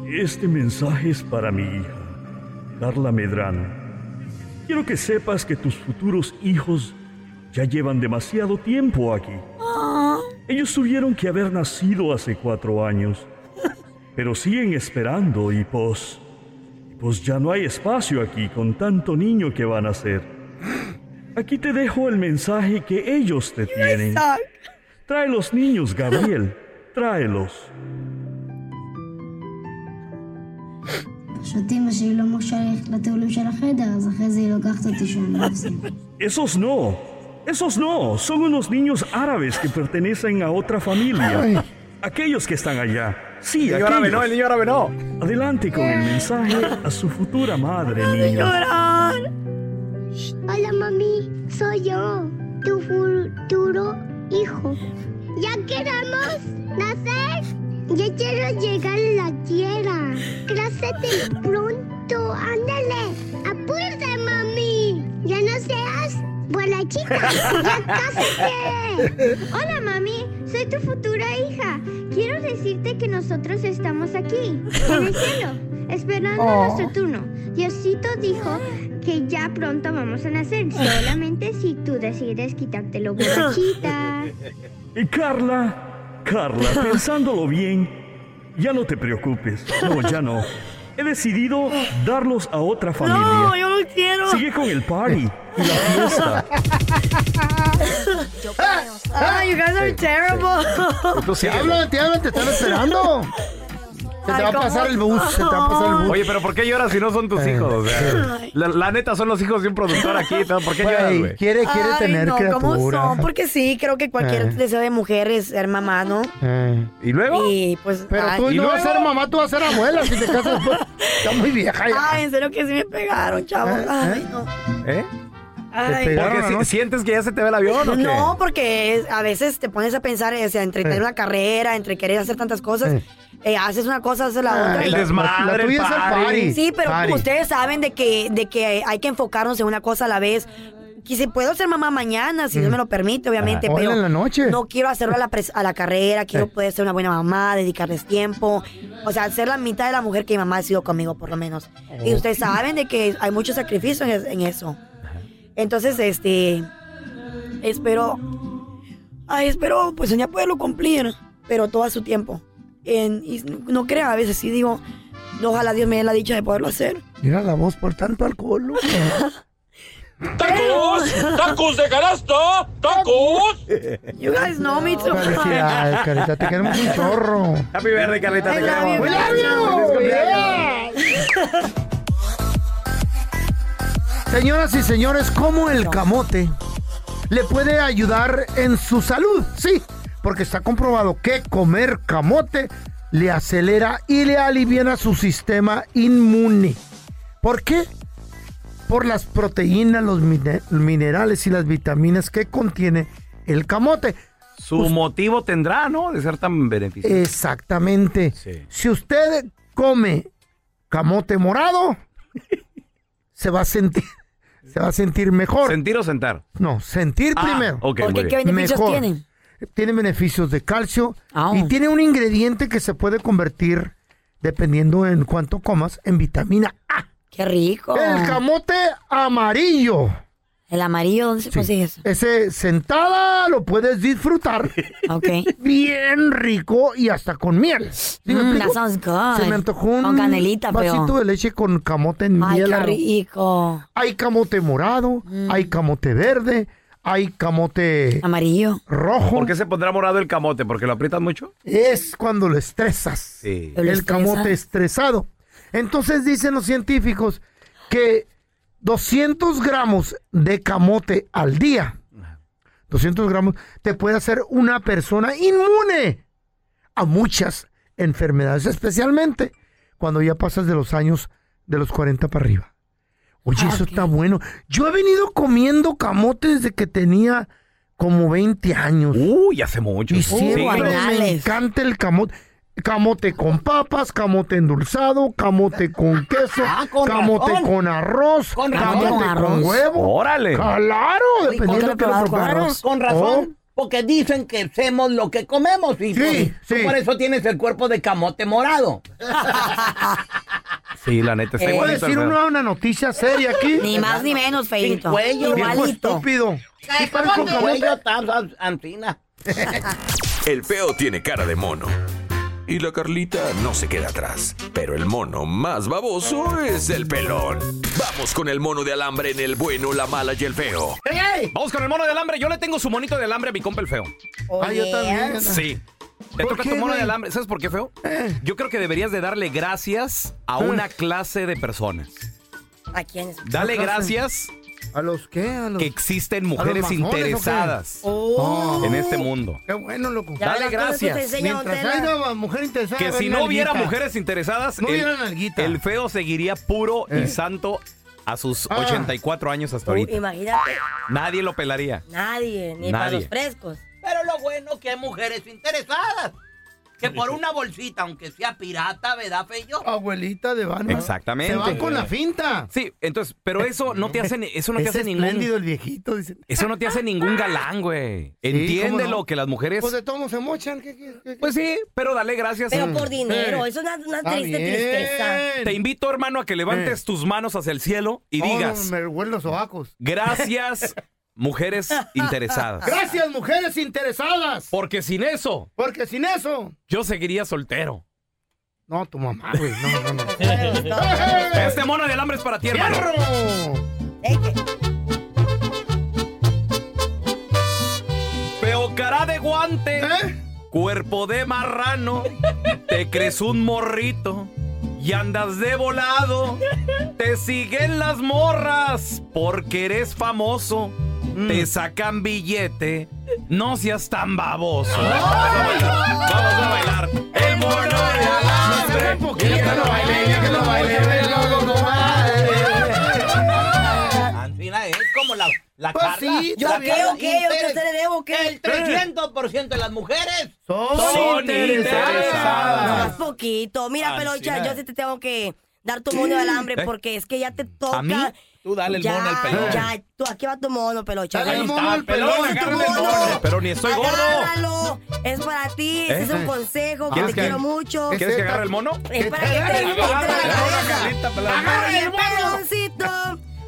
Speaker 10: Este mensaje es para mi hija, Carla Medrano. Quiero que sepas que tus futuros hijos ya llevan demasiado tiempo aquí. Ellos tuvieron que haber nacido hace cuatro años, pero siguen esperando y pues, pues ya no hay espacio aquí con tanto niño que van a ser. Aquí te dejo el mensaje que ellos te tienen. Trae los niños, Gabriel. Tráelos.
Speaker 25: שותים שהיא לא שייך לטיולים של החדר, אז אחרי זה היא לוקחת אותי שם, לא הפסיק.
Speaker 10: Esos no. Esos no. Son unos niños árabes que pertenecen a otra
Speaker 3: Ay.
Speaker 10: familia. Aquellos que están allá. Sí,
Speaker 2: El niño árabe no, el niño árabe no.
Speaker 10: Adelante con el mensaje a su futura madre, niño.
Speaker 25: Hola mami, soy yo, tu futuro hijo. Ya queremos nacer. Ya quiero llegar a la tierra. Crásate pronto, ándale. Apúrate, mami. la chica. Ya cásate. Hola, mami. Soy tu futura hija. Quiero decirte que nosotros estamos aquí, en el cielo, esperando
Speaker 5: Oh.
Speaker 25: nuestro turno. Diosito dijo que ya pronto vamos a nacer, solamente si tú decides
Speaker 2: [LAUGHS]
Speaker 25: quitártelo, borrachita.
Speaker 10: Y Carla, Carla,
Speaker 4: [LAUGHS]
Speaker 10: pensándolo bien, ya no te preocupes. No, ya no. He decidido darlos a otra familia.
Speaker 4: No, yo no quiero.
Speaker 10: Sigue con el party y la
Speaker 4: [LAUGHS]
Speaker 10: fiesta.
Speaker 4: Ah, you guys are terrible.
Speaker 3: Te hablan, te hablan, te
Speaker 2: [LAUGHS]
Speaker 3: están esperando. Se te va a pasar el bus,
Speaker 4: Ah.
Speaker 3: se te va a pasar el bus.
Speaker 2: Oye, pero ¿por qué lloras si no son tus hijos? O sea, la, la neta son los hijos de un productor aquí. ¿no? ¿Por qué lloras,
Speaker 3: Güey,
Speaker 2: güey?
Speaker 3: quiere- quiere
Speaker 4: Ay,
Speaker 3: tener
Speaker 4: no, ¿cómo
Speaker 3: criatura.
Speaker 4: son? Porque sí, creo que cualquier
Speaker 3: Eh.
Speaker 4: deseo de mujer es ser mamá, ¿no?
Speaker 2: Eh, ¿Y luego?
Speaker 4: Y pues.
Speaker 3: Pero tú no vas a ser mamá, tú vas a ser abuela si te casas. pues. Está muy vieja ya.
Speaker 4: Ay, en serio que sí me pegaron, chavos. Ay, no.
Speaker 2: ¿Eh?
Speaker 4: Ay.
Speaker 2: Porque si- sientes que ya se te ve el avión o qué?
Speaker 4: No, porque es- a veces te pones a pensar, eh, o sea, entre tener una carrera, entre querer hacer tantas cosas, eh, haces una cosa, haces la otra.
Speaker 2: el
Speaker 4: y-
Speaker 2: desmadre, La tuya el es el party. party.
Speaker 4: Sí, pero
Speaker 2: Party.
Speaker 4: ustedes saben de que, de que hay que enfocarnos en una cosa a la vez. Que si puedo ser mamá mañana, si Dios me lo permite, obviamente,
Speaker 3: Mm. Ah, hola
Speaker 4: pero
Speaker 3: en la noche.
Speaker 4: no quiero hacerlo a la, pres- a la carrera, quiero
Speaker 3: Eh.
Speaker 4: poder ser una buena mamá, dedicarles tiempo, o sea, ser la mitad de la mujer que mi mamá ha sido conmigo, por lo menos. Y
Speaker 3: Oh.
Speaker 4: ustedes saben de que hay mucho sacrificio en es- en eso. Entonces, este, espero, ay, espero pues ya poderlo cumplir, pero todo a su tiempo. En- y no, no creo, a veces sí digo, ojalá Dios me dé la dicha de poderlo hacer.
Speaker 3: Mira la voz por tanto alcohol. loco.
Speaker 4: ¡Tacos!
Speaker 17: [LAUGHS] ¡Tacos de canasta! ¡Tacos!
Speaker 4: You guys know me too
Speaker 3: Felicidades,
Speaker 4: much.
Speaker 3: Carita, te queremos un chorro.
Speaker 2: Happy birthday, Carlita.
Speaker 4: I
Speaker 2: te
Speaker 4: love
Speaker 2: queremos.
Speaker 4: you,
Speaker 2: Feliz
Speaker 4: guys.
Speaker 2: cumpleaños.
Speaker 3: Señoras y señores, ¿cómo el camote le puede ayudar en su salud? Sí, porque está comprobado que comer camote le acelera y le aliviana su sistema inmune. ¿Por qué? Por las proteínas, los mine- minerales y las vitaminas que contiene el camote.
Speaker 2: Su motivo tendrá, ¿no? De ser tan beneficioso.
Speaker 3: Exactamente.
Speaker 2: Sí.
Speaker 3: Si usted come camote morado, se va a sentir, se va a sentir mejor.
Speaker 2: ¿Sentir o sentar?
Speaker 3: No, sentir
Speaker 2: Ah,
Speaker 3: primero.
Speaker 2: ok, ¿Por qué? muy bien. ¿Qué beneficios tienen?
Speaker 3: Tiene beneficios de calcio y tiene un ingrediente que se puede convertir, dependiendo en cuánto comas, en vitamina A.
Speaker 4: ¡Qué rico!
Speaker 3: El camote amarillo.
Speaker 4: ¿El amarillo dónde se consigue eso?
Speaker 3: Ese sentada lo puedes disfrutar.
Speaker 4: Ok.
Speaker 3: [LAUGHS] Bien rico y hasta con miel. ¿Sí me
Speaker 4: Mm,
Speaker 3: explico?
Speaker 4: that sounds good.
Speaker 3: Se me antojó un
Speaker 4: Con canelita, pero-
Speaker 3: vasito de leche con camote en
Speaker 4: Ay,
Speaker 3: miel.
Speaker 4: qué
Speaker 3: ar-
Speaker 4: rico. Mm.
Speaker 3: hay camote morado, hay camote verde, hay camote
Speaker 4: amarillo,
Speaker 3: rojo.
Speaker 2: ¿Por qué se pondrá morado el camote? ¿Porque lo aprietas mucho?
Speaker 3: Es cuando lo estresas.
Speaker 2: Sí.
Speaker 3: El camote estresado. Entonces dicen los científicos que 200 gramos de camote al día, 200 gramos, te puede hacer una persona inmune a muchas enfermedades, especialmente cuando ya pasas de los años de los 40 para arriba. Oye, eso está bueno. Yo he venido comiendo camote desde que tenía como 20 años.
Speaker 2: Uy, hace mucho.
Speaker 3: Y
Speaker 2: Sí,
Speaker 3: siempre
Speaker 2: pero-
Speaker 3: me encanta el camote. Camote con papas, camote endulzado, camote con queso,
Speaker 2: con
Speaker 3: camote
Speaker 2: razón.
Speaker 3: con arroz,
Speaker 2: Con razón.
Speaker 3: camote
Speaker 2: Con
Speaker 3: con,
Speaker 2: arroz.
Speaker 3: huevo.
Speaker 2: Órale.
Speaker 3: Claro,
Speaker 6: Uy, ¿con
Speaker 3: dependiendo de
Speaker 6: qué
Speaker 3: que
Speaker 6: lo
Speaker 3: lo
Speaker 6: probaron?
Speaker 3: preparas. Oh.
Speaker 6: Con razón, porque dicen que hacemos lo que comemos y
Speaker 3: Sí,
Speaker 6: tú- tú
Speaker 3: sí.
Speaker 6: por eso tienes el cuerpo de camote morado.
Speaker 2: Sí, la neta, está
Speaker 3: Eh, ¿Puedo
Speaker 2: igualito el
Speaker 3: decir
Speaker 2: pedo.
Speaker 3: una, una noticia seria aquí?
Speaker 4: Ni más ni menos, feíto.
Speaker 6: Sin cuello.
Speaker 4: Igualito.
Speaker 6: Viejo
Speaker 3: estúpido.
Speaker 6: Ay,
Speaker 3: parezco
Speaker 6: camote
Speaker 3: camote.
Speaker 6: cuello, tam, tam, antina.
Speaker 1: El feo tiene cara de mono. Y la Carlita no se queda atrás. Pero el mono más baboso es el pelón. Vamos con el mono de alambre en el bueno, la mala y el feo.
Speaker 2: Vamos con el mono de alambre. Yo le tengo su monito de alambre a mi compa el feo.
Speaker 3: Ah, yo también.
Speaker 2: Sí. Le toca
Speaker 3: qué,
Speaker 2: tu mono de
Speaker 3: güey?
Speaker 2: alambre. ¿Sabes por qué feo? Yo creo que deberías de darle gracias a
Speaker 3: Eh.
Speaker 2: una clase de personas.
Speaker 4: ¿A quiénes?
Speaker 2: Dale gracias
Speaker 3: ¿A los qué? A los...
Speaker 2: que existen mujeres
Speaker 3: mamones, ¿o qué?
Speaker 2: interesadas
Speaker 3: Oh.
Speaker 2: en este mundo.
Speaker 3: Qué bueno, loco.
Speaker 2: Ya Dale verás todo eso que gracias. te enseña,
Speaker 3: Mientras
Speaker 2: don Tela.
Speaker 3: haya una mujer interesada,
Speaker 2: Que
Speaker 3: va a
Speaker 2: si
Speaker 3: haber
Speaker 2: no hubiera
Speaker 3: nalguita.
Speaker 2: mujeres interesadas,
Speaker 3: No
Speaker 2: el,
Speaker 3: hubiera nalguita. Eh.
Speaker 2: el feo seguiría puro y santo a sus
Speaker 4: Ah.
Speaker 2: 84 años
Speaker 6: Oh.
Speaker 2: hasta
Speaker 4: Uy,
Speaker 2: ahorita.
Speaker 4: imagínate,
Speaker 2: Nadie lo pelaría.
Speaker 4: nadie, ni para
Speaker 2: Nadie.
Speaker 4: los frescos.
Speaker 6: Pero lo bueno que hay mujeres interesadas. Que por una bolsita, aunque sea pirata, ¿verdad, Feyo?
Speaker 3: Abuelita de Vanna.
Speaker 2: Exactamente.
Speaker 3: Se va con la finta. Eh,
Speaker 2: Sí, entonces, pero eso no te hace, eso no te
Speaker 3: Es
Speaker 2: hace ningún.
Speaker 3: espléndido el viejito, dicen.
Speaker 2: Eso no te hace ningún galán, güey. Entiéndelo
Speaker 3: ¿cómo no?
Speaker 2: que las mujeres.
Speaker 3: Pues de todos modos se mochan. ¿qué, qué, qué, qué?
Speaker 2: Pues sí, pero dale gracias.
Speaker 3: Mm.
Speaker 2: Mm.
Speaker 3: Eh. Está bien.
Speaker 2: Te invito, hermano, a que levantes tus manos hacia el cielo y
Speaker 3: No, no,
Speaker 2: digas,
Speaker 3: Oh, me huelen los sobacos. [LAUGHS]
Speaker 2: gracias, mujeres interesadas.
Speaker 3: Gracias, mujeres interesadas.
Speaker 2: Porque sin eso,
Speaker 3: Porque sin eso.
Speaker 2: yo seguiría soltero.
Speaker 3: No, tu mamá, güey. No, no, no.
Speaker 2: [LAUGHS] este mono de alambre es para ti, hermano. Feo cara de guante,
Speaker 3: ¿Eh?
Speaker 2: cuerpo de marrano, te crees un morrito y andas de volado. Te siguen las morras porque eres famoso.
Speaker 3: Mm.
Speaker 2: Te sacan billete, no seas tan baboso. Vamos a bailar. El mono de alambre.
Speaker 3: Ya que no baile, ya que no baile, velo,
Speaker 6: Mira, es como la, la
Speaker 3: Pues
Speaker 6: Carla.
Speaker 3: sí,
Speaker 6: la
Speaker 3: está bien.
Speaker 6: Carla
Speaker 3: ¿O qué? ¿O qué
Speaker 6: Interes.
Speaker 3: se le debo, o qué?
Speaker 6: El 300% de las mujeres
Speaker 3: son,
Speaker 4: No, más poquito. Mira,
Speaker 6: Ah,
Speaker 4: pelocha,
Speaker 6: sí, eh.
Speaker 4: yo sí te tengo que dar tu mono de alambre
Speaker 6: ¿Eh?
Speaker 4: porque es que ya te toca.
Speaker 6: mí? Tú dale el
Speaker 4: Ya,
Speaker 6: mono al pelón.
Speaker 4: Ya, tú, aquí va tu mono, pelocha.
Speaker 2: Dale
Speaker 4: Ahí
Speaker 2: el
Speaker 4: está,
Speaker 2: mono al pelón,
Speaker 4: ese es tu
Speaker 2: agárrale el
Speaker 4: mono.
Speaker 2: mono. Pero ni estoy gordo.
Speaker 4: Agárralo, Es para ti, ese
Speaker 2: ¿Eh?
Speaker 4: es un consejo que
Speaker 2: ¿Quieres
Speaker 4: te
Speaker 2: que-
Speaker 4: quiero mucho.
Speaker 2: ¿Quieres que agarre el mono?
Speaker 4: Es para que te entre la cabeza. Agárrale el peloncito.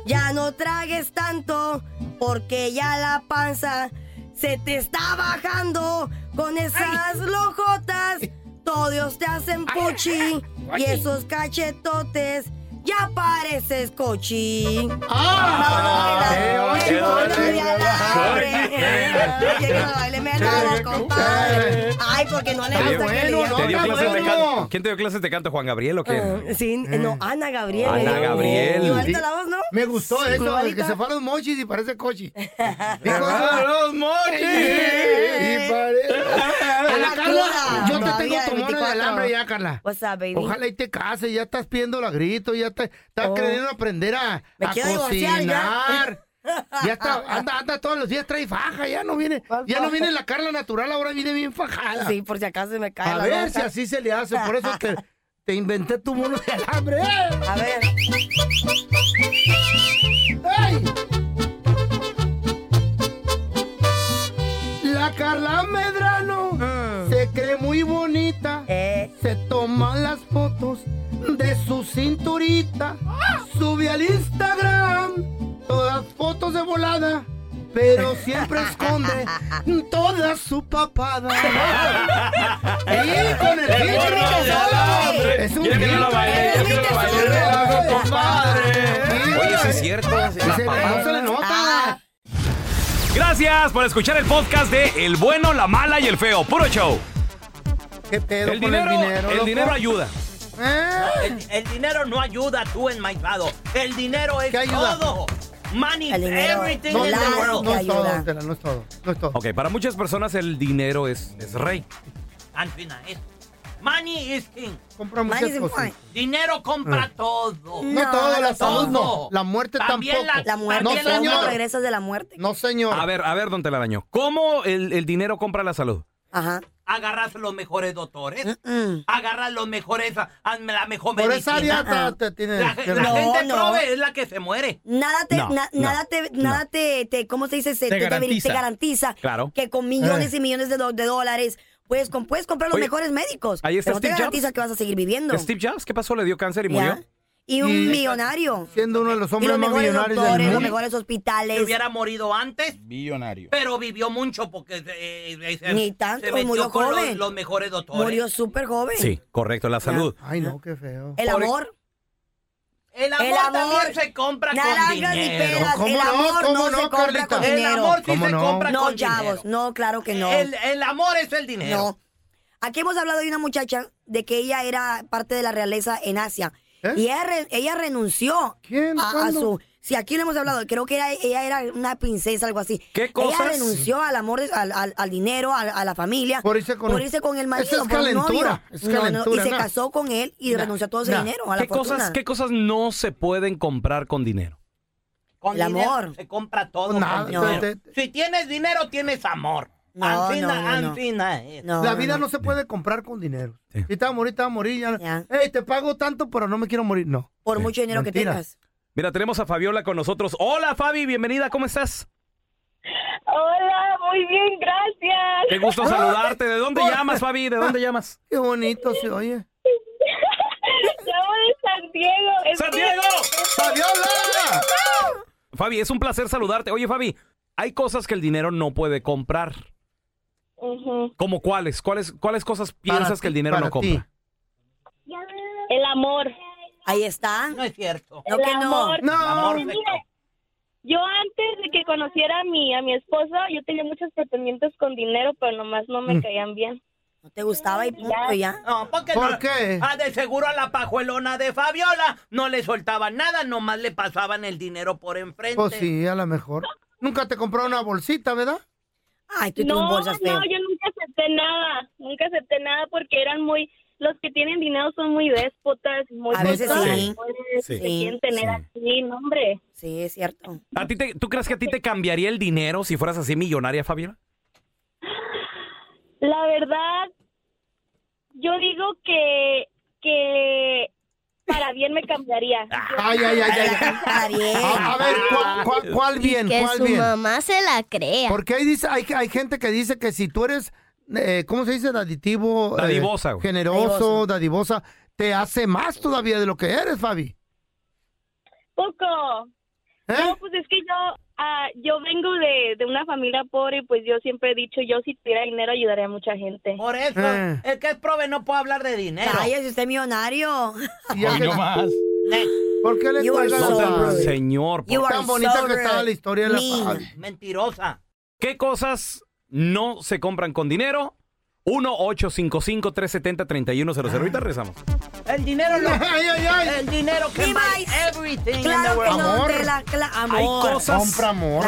Speaker 4: Ya no tragues tanto porque ya la panza se te está bajando con esas lojotas. Todos te hacen puchi y esos cachetotes. Ya pareces cochi.
Speaker 3: ¡Ah!
Speaker 4: Vamos a bailar el mono de alambre. Llega a bailarme a todos, compadre. Ay, porque no le
Speaker 2: ¿Te dio-
Speaker 4: gusta que le digan-
Speaker 2: te dio clases de canto? ¿Quién te dio clases de canto? ¿Juan Gabriel o qué?
Speaker 4: Ah, Sí, no, Ana Gabriel.
Speaker 2: Ana
Speaker 4: ¿verdad?
Speaker 2: Gabriel.
Speaker 4: Igualita la voz, ¿no?
Speaker 3: Eh, Me gustó
Speaker 4: Sí,
Speaker 3: eso, de
Speaker 4: igualita.
Speaker 3: que se fueron mochis y parece
Speaker 4: [LAUGHS]
Speaker 3: cochi. Dijo, "Ah,
Speaker 2: Ah, los mochis! [LAUGHS]
Speaker 3: Y parece.
Speaker 4: Ana
Speaker 3: Carla, yo
Speaker 4: cruda,
Speaker 3: te tengo
Speaker 4: todavía de
Speaker 3: tu mono de
Speaker 4: 24.
Speaker 3: alambre ya, Carla.
Speaker 4: What's up, baby?
Speaker 3: Ojalá y te cases, ya estás pidiendo la grito, ya te- estás
Speaker 4: Oh.
Speaker 3: queriendo aprender a,
Speaker 4: Me
Speaker 3: a
Speaker 4: quiero divorciar [LAUGHS]
Speaker 3: cocinar.
Speaker 4: ya.
Speaker 3: Ya. está, anda, anda todos los días, trae faja, ya no viene, ya
Speaker 4: faja?
Speaker 3: no viene la Carla natural, ahora viene bien fajada.
Speaker 4: Sí, por si acaso se me cae
Speaker 3: A
Speaker 4: la
Speaker 3: ver
Speaker 4: boca.
Speaker 3: si así se le hace, por eso
Speaker 4: [LAUGHS]
Speaker 3: te, te inventé tu mono de alambre.
Speaker 4: A ver.
Speaker 3: La Carla Medrano
Speaker 4: Ah.
Speaker 3: se cree muy bonita.
Speaker 4: Eh.
Speaker 3: Se toman las fotos de su cinturita. Sube al Instagram todas fotos de volada. Pero siempre
Speaker 4: [LAUGHS]
Speaker 3: esconde toda su papada. Y con el
Speaker 2: El
Speaker 3: filtro
Speaker 2: mono de alambre.
Speaker 3: Es un
Speaker 2: Quiere que no lo
Speaker 3: filtro.
Speaker 2: baile, quiere que no lo baile.
Speaker 3: Relajo, compadre.
Speaker 2: Oye, sí es cierto. la
Speaker 3: Se le-
Speaker 2: papada.
Speaker 3: No se le nota.
Speaker 2: Gracias por escuchar el podcast de El Bueno, La Mala y El Feo. Puro show.
Speaker 3: ¿Qué pedo
Speaker 2: El
Speaker 3: con
Speaker 2: dinero,
Speaker 3: el dinero?
Speaker 2: el
Speaker 3: loco?
Speaker 2: dinero ayuda.
Speaker 3: Ah.
Speaker 6: El, el dinero no ayuda tú enmaizado. El dinero es
Speaker 3: ayuda?
Speaker 6: todo. Money,
Speaker 4: El dinero,
Speaker 6: everything
Speaker 3: No,
Speaker 6: in
Speaker 3: no,
Speaker 6: the
Speaker 3: no,
Speaker 6: world.
Speaker 3: no es todo, Tela, no es todo. No es todo.
Speaker 2: Ok, para muchas personas el dinero es, es rey.
Speaker 6: Anfina, es- Money is king.
Speaker 3: Compra muchas Money is cosas. important.
Speaker 6: Dinero compra todo.
Speaker 3: No, todo, la salud no. La muerte
Speaker 6: También
Speaker 3: tampoco.
Speaker 6: la- La muerte,
Speaker 3: no,
Speaker 6: también la
Speaker 3: señor.
Speaker 6: muerte.
Speaker 4: Regresas de la muerte.
Speaker 3: No, señor.
Speaker 2: A ver, a ver, don Telaraño. ¿Cómo el, el dinero compra la salud?
Speaker 4: Ajá.
Speaker 6: Agarras los mejores doctores. Agarras los mejores, ah, hazme la mejor
Speaker 3: Por esa
Speaker 6: medicina.
Speaker 3: área ta- te tiene-
Speaker 6: La,
Speaker 3: te-
Speaker 6: la
Speaker 3: No,
Speaker 6: gente
Speaker 3: no.
Speaker 6: prove es la que se muere.
Speaker 4: Nada te,
Speaker 3: No,
Speaker 4: na-
Speaker 3: no,
Speaker 4: nada te, nada te, te- ¿cómo se dice? Se-
Speaker 6: Te
Speaker 4: te,
Speaker 6: garantiza.
Speaker 4: te garantiza
Speaker 2: Claro. Eh.
Speaker 4: que con millones y millones de, do- de dólares puedes, com- puedes comprar los
Speaker 2: Oye,
Speaker 4: mejores médicos.
Speaker 2: ahí está
Speaker 4: pero no te
Speaker 2: Steve Jobs.
Speaker 4: garantiza que vas a seguir viviendo.
Speaker 2: Steve Jobs, ¿qué pasó? ¿Le dio cáncer y
Speaker 4: Ya.
Speaker 2: murió?
Speaker 4: Y un
Speaker 2: Y-
Speaker 4: millonario.
Speaker 3: Siendo uno de los
Speaker 4: Y
Speaker 3: hombres
Speaker 4: los
Speaker 3: más
Speaker 4: mejores
Speaker 3: millonarios
Speaker 4: doctores,
Speaker 3: del
Speaker 4: los
Speaker 3: mundo.
Speaker 4: mejores hospitales.
Speaker 6: Si hubiera morido antes,
Speaker 5: Millonario.
Speaker 6: pero vivió mucho porque eh, eh, se,
Speaker 4: Ni tanto,
Speaker 6: se metió
Speaker 4: murió
Speaker 6: con los-
Speaker 4: joven.
Speaker 6: Los, mejores doctores.
Speaker 4: Murió súper joven.
Speaker 2: Sí, correcto, la salud.
Speaker 3: Ay, no, Oh, qué feo.
Speaker 4: El amor.
Speaker 6: El amor,
Speaker 4: El amor.
Speaker 6: también se compra
Speaker 4: Naranjas
Speaker 6: con
Speaker 4: ni
Speaker 6: dinero.
Speaker 4: peras.
Speaker 3: ¿Cómo
Speaker 4: el
Speaker 3: no?
Speaker 4: amor no,
Speaker 3: ¿Cómo
Speaker 4: se
Speaker 3: no,
Speaker 4: compra
Speaker 3: Carlita?
Speaker 4: con
Speaker 3: El
Speaker 4: dinero.
Speaker 3: amor sí
Speaker 6: ¿Cómo se no? compra
Speaker 4: no,
Speaker 6: con dinero.
Speaker 4: chavos, No, claro que no.
Speaker 6: El, el amor es el dinero.
Speaker 4: No. Aquí hemos hablado de una muchacha de que ella era parte de la realeza en Asia. Y ella, re- ella renunció a, a
Speaker 3: ¿Eh? ¿Cuándo?
Speaker 4: su... Si aquí lo hemos hablado, creo que era- ella era una princesa, algo así.
Speaker 3: ¿Qué cosas?
Speaker 4: Ella renunció al amor, de- al, al- al dinero, al- a, la familia.
Speaker 3: Por irse con-
Speaker 4: el
Speaker 3: Esa es
Speaker 4: marido. por un
Speaker 3: calentura,
Speaker 4: novio.
Speaker 3: es
Speaker 4: No, no,
Speaker 3: calentura,
Speaker 4: y se
Speaker 3: no.
Speaker 4: casó con él y
Speaker 3: Nah,
Speaker 4: renunció a todo ese
Speaker 3: nah.
Speaker 4: dinero, a la
Speaker 2: ¿Qué cosas,
Speaker 4: fortuna.
Speaker 2: ¿Qué cosas no se pueden comprar con dinero?
Speaker 6: Con
Speaker 4: El
Speaker 6: dinero
Speaker 4: amor.
Speaker 6: Se compra todo.
Speaker 4: Nada,
Speaker 6: con dinero.
Speaker 4: te-
Speaker 6: Si tienes dinero, tienes amor.
Speaker 4: No, no, no, no. No,
Speaker 3: la
Speaker 4: no,
Speaker 3: vida
Speaker 4: no.
Speaker 3: no se puede comprar con dinero. Si te vas a morir, te vas a morir. Ya. Ey, te pago tanto, pero no me quiero morir. No.
Speaker 4: Por mucho dinero que
Speaker 3: Mentira.
Speaker 4: tengas.
Speaker 2: Mira, tenemos a Fabiola con nosotros. Hola, Fabi, bienvenida, ¿cómo estás?
Speaker 5: Hola, muy bien, gracias.
Speaker 2: Qué gusto
Speaker 5: [LAUGHS]
Speaker 2: saludarte. ¿De dónde llamas, Fabi? ¿De dónde llamas?
Speaker 3: Qué bonito se oye.
Speaker 5: Llamo de San Diego.
Speaker 2: ¡San Diego! Fabi, es un placer saludarte. Oye, Fabi, hay cosas que el dinero no puede comprar.
Speaker 5: Ujú.
Speaker 2: ¿Cómo cuáles? ¿Cuáles, cuáles cosas piensas que el dinero no compra?
Speaker 5: El amor.
Speaker 4: Ahí está. No
Speaker 5: es cierto.
Speaker 4: No
Speaker 5: el
Speaker 4: que no.
Speaker 5: amor.
Speaker 4: No. Amor
Speaker 5: Mira, yo antes de que conociera a mi, a mi esposo, yo tenía muchos pretendientes con dinero, pero nomás no me
Speaker 4: Mm.
Speaker 5: caían bien.
Speaker 4: No te gustaba y punto ya.
Speaker 6: No, porque no- Ah, de seguro a la pajuelona de Fabiola no le soltaban nada, nomás le pasaban el dinero por enfrente.
Speaker 3: Pues sí, a lo mejor. Nunca te compró una bolsita, ¿verdad?
Speaker 4: Ay,
Speaker 5: no, no, yo nunca acepté nada. Nunca acepté nada porque eran muy. Los que tienen dinero son muy déspotas, muy.
Speaker 4: A veces
Speaker 5: déspotas,
Speaker 4: sí.
Speaker 5: pues,
Speaker 2: Sí.
Speaker 5: Se quieren tener así, no, hombre.
Speaker 4: Sí, es cierto.
Speaker 2: ¿A ti te- ¿Tú crees que a ti te cambiaría el dinero si fueras así millonaria, Fabiola?
Speaker 5: La verdad, yo digo que, que para bien me cambiaría.
Speaker 3: Ay, ay, ay, ay. A, a ver, ¿cuál, cuál- cuál bien?
Speaker 25: que
Speaker 3: ¿Cuál
Speaker 25: su
Speaker 3: bien?
Speaker 25: mamá se la crea.
Speaker 3: Porque ahí dice, hay, hay gente que dice que si tú eres, eh, ¿cómo se dice? Daditivo. eh,
Speaker 2: Dadivosa, güey.
Speaker 3: generoso, dadivosa. Te hace más todavía de lo que eres, Fabi.
Speaker 5: Poco.
Speaker 3: ¿Eh?
Speaker 5: No, pues es que yo, ah, yo vengo de, de una familia pobre y pues yo siempre he dicho, yo si tuviera dinero ayudaría a mucha gente.
Speaker 6: Por eso,
Speaker 3: Ah.
Speaker 6: el que es prove no puede hablar de dinero.
Speaker 4: Ay, si usted es millonario.
Speaker 3: Hoy no más. ¿Por qué le
Speaker 6: You are
Speaker 3: cuelgas
Speaker 2: No,
Speaker 3: a-
Speaker 2: tan- señor,
Speaker 3: You
Speaker 2: por-
Speaker 3: are Tan bonita so que estaba rude. la historia de la Mean. Fabi.
Speaker 6: Mentirosa.
Speaker 2: ¿Qué cosas no se compran con dinero? 1-855-370-3100. Ahorita rezamos.
Speaker 6: El dinero lo...
Speaker 3: [LAUGHS] Ay, ay, ay.
Speaker 6: El dinero que buy everything in the
Speaker 4: Claro que
Speaker 6: world.
Speaker 4: no, Tela, cla- amor.
Speaker 2: Hay cosas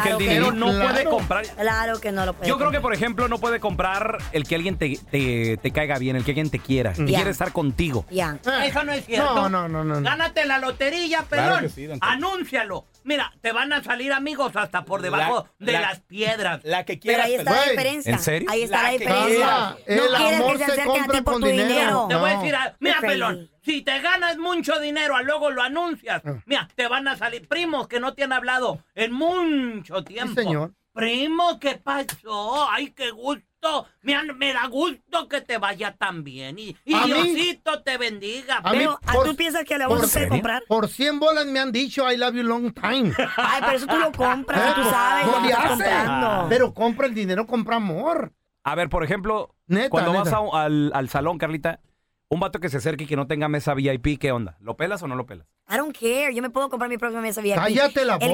Speaker 2: que el dinero no puede comprar.
Speaker 4: Claro que no lo puede
Speaker 2: Yo creo que, por ejemplo, no puede comprar el que alguien te, te- te caiga bien, el que alguien te quiera, que
Speaker 4: Ya.
Speaker 2: quiere estar contigo.
Speaker 4: Ya.
Speaker 3: Eh.
Speaker 6: Eso no es cierto.
Speaker 2: No, no, no, no, no.
Speaker 6: Gánate la lotería, pelón.
Speaker 2: Claro que sí, don Tela.
Speaker 6: Anúncialo. Mira, te van a salir amigos hasta por debajo
Speaker 14: La-
Speaker 6: de
Speaker 14: la-
Speaker 6: las piedras. La que
Speaker 4: Pero ahí está la Güey, diferencia. ¿en serio? Ahí está la diferencia.
Speaker 3: Ah,
Speaker 4: No quieres que se acerquen a ti por tu dinero.
Speaker 6: Te voy a
Speaker 4: No.
Speaker 6: decir, algo. mira,
Speaker 4: Qué
Speaker 6: pelón, si te ganas mucho dinero, a luego lo anuncias.
Speaker 3: Ah.
Speaker 6: Mira, te van a salir primos que no te han hablado en mucho tiempo.
Speaker 3: señor.
Speaker 6: Primo, ¿qué pasó? Ay, qué gusto. Me, han- me da gusto que te vaya tan bien. Y, y
Speaker 3: ¿A mí?
Speaker 6: Diosito te bendiga. Pero, ¿a tú
Speaker 4: piensas que la
Speaker 6: vas a
Speaker 3: por-
Speaker 6: hacer comprar?
Speaker 3: Por 100 bolas me han dicho I love you long time.
Speaker 4: Ay, pero eso tú lo compras, tú sabes,
Speaker 3: No
Speaker 4: lo
Speaker 3: le
Speaker 4: estás
Speaker 3: hace.
Speaker 4: comprando.
Speaker 3: Pero compra el dinero, compra amor.
Speaker 2: A ver, por ejemplo, cuando vas
Speaker 3: neta.
Speaker 2: a- al, al salón, Carlita, un vato que se acerque y que no tenga mesa VIP, ¿qué onda? ¿Lo pelas o no lo pelas?
Speaker 4: I don't care. Yo me puedo comprar mi propia mesa VIP. El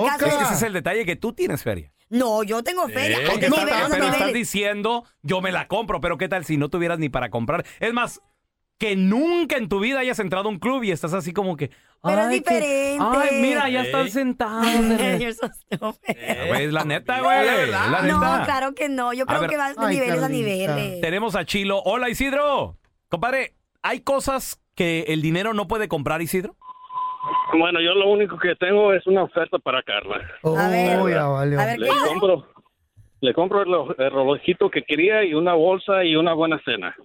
Speaker 4: caso
Speaker 2: Es que
Speaker 4: es-
Speaker 2: ese es el detalle que tú tienes feria.
Speaker 4: No, yo tengo feria.
Speaker 2: Eh,
Speaker 4: Hay
Speaker 2: que
Speaker 4: niveles,
Speaker 2: está- pero
Speaker 4: niveles.
Speaker 2: estás diciendo, yo me la compro, pero ¿qué tal si no tuvieras ni para comprar? Es más, que nunca en tu vida hayas entrado a un club y estás así como que...
Speaker 4: Pero es
Speaker 2: "Ay, que-
Speaker 4: diferente.
Speaker 2: ay, mira, ya están sentados.
Speaker 4: [LAUGHS] You're so stupid.
Speaker 2: Eh, Güey, es la neta, güey. es Eh, la
Speaker 4: No,
Speaker 2: neta.
Speaker 4: claro que no. Yo
Speaker 2: A
Speaker 4: creo
Speaker 2: ver.
Speaker 4: que vas de
Speaker 2: Ay,
Speaker 4: niveles a
Speaker 2: Carlita.
Speaker 4: niveles.
Speaker 2: Tenemos a Chilo. Hola, Isidro. Compadre, ¿hay cosas que el dinero no puede comprar, Isidro?
Speaker 15: Bueno, yo lo único que tengo es una oferta para Carla.
Speaker 3: a ver, a ver,
Speaker 15: le
Speaker 3: ¿qué dice?
Speaker 15: compro, le compro el, [LAUGHS] lo- el relojito que quería y una bolsa y una buena cena.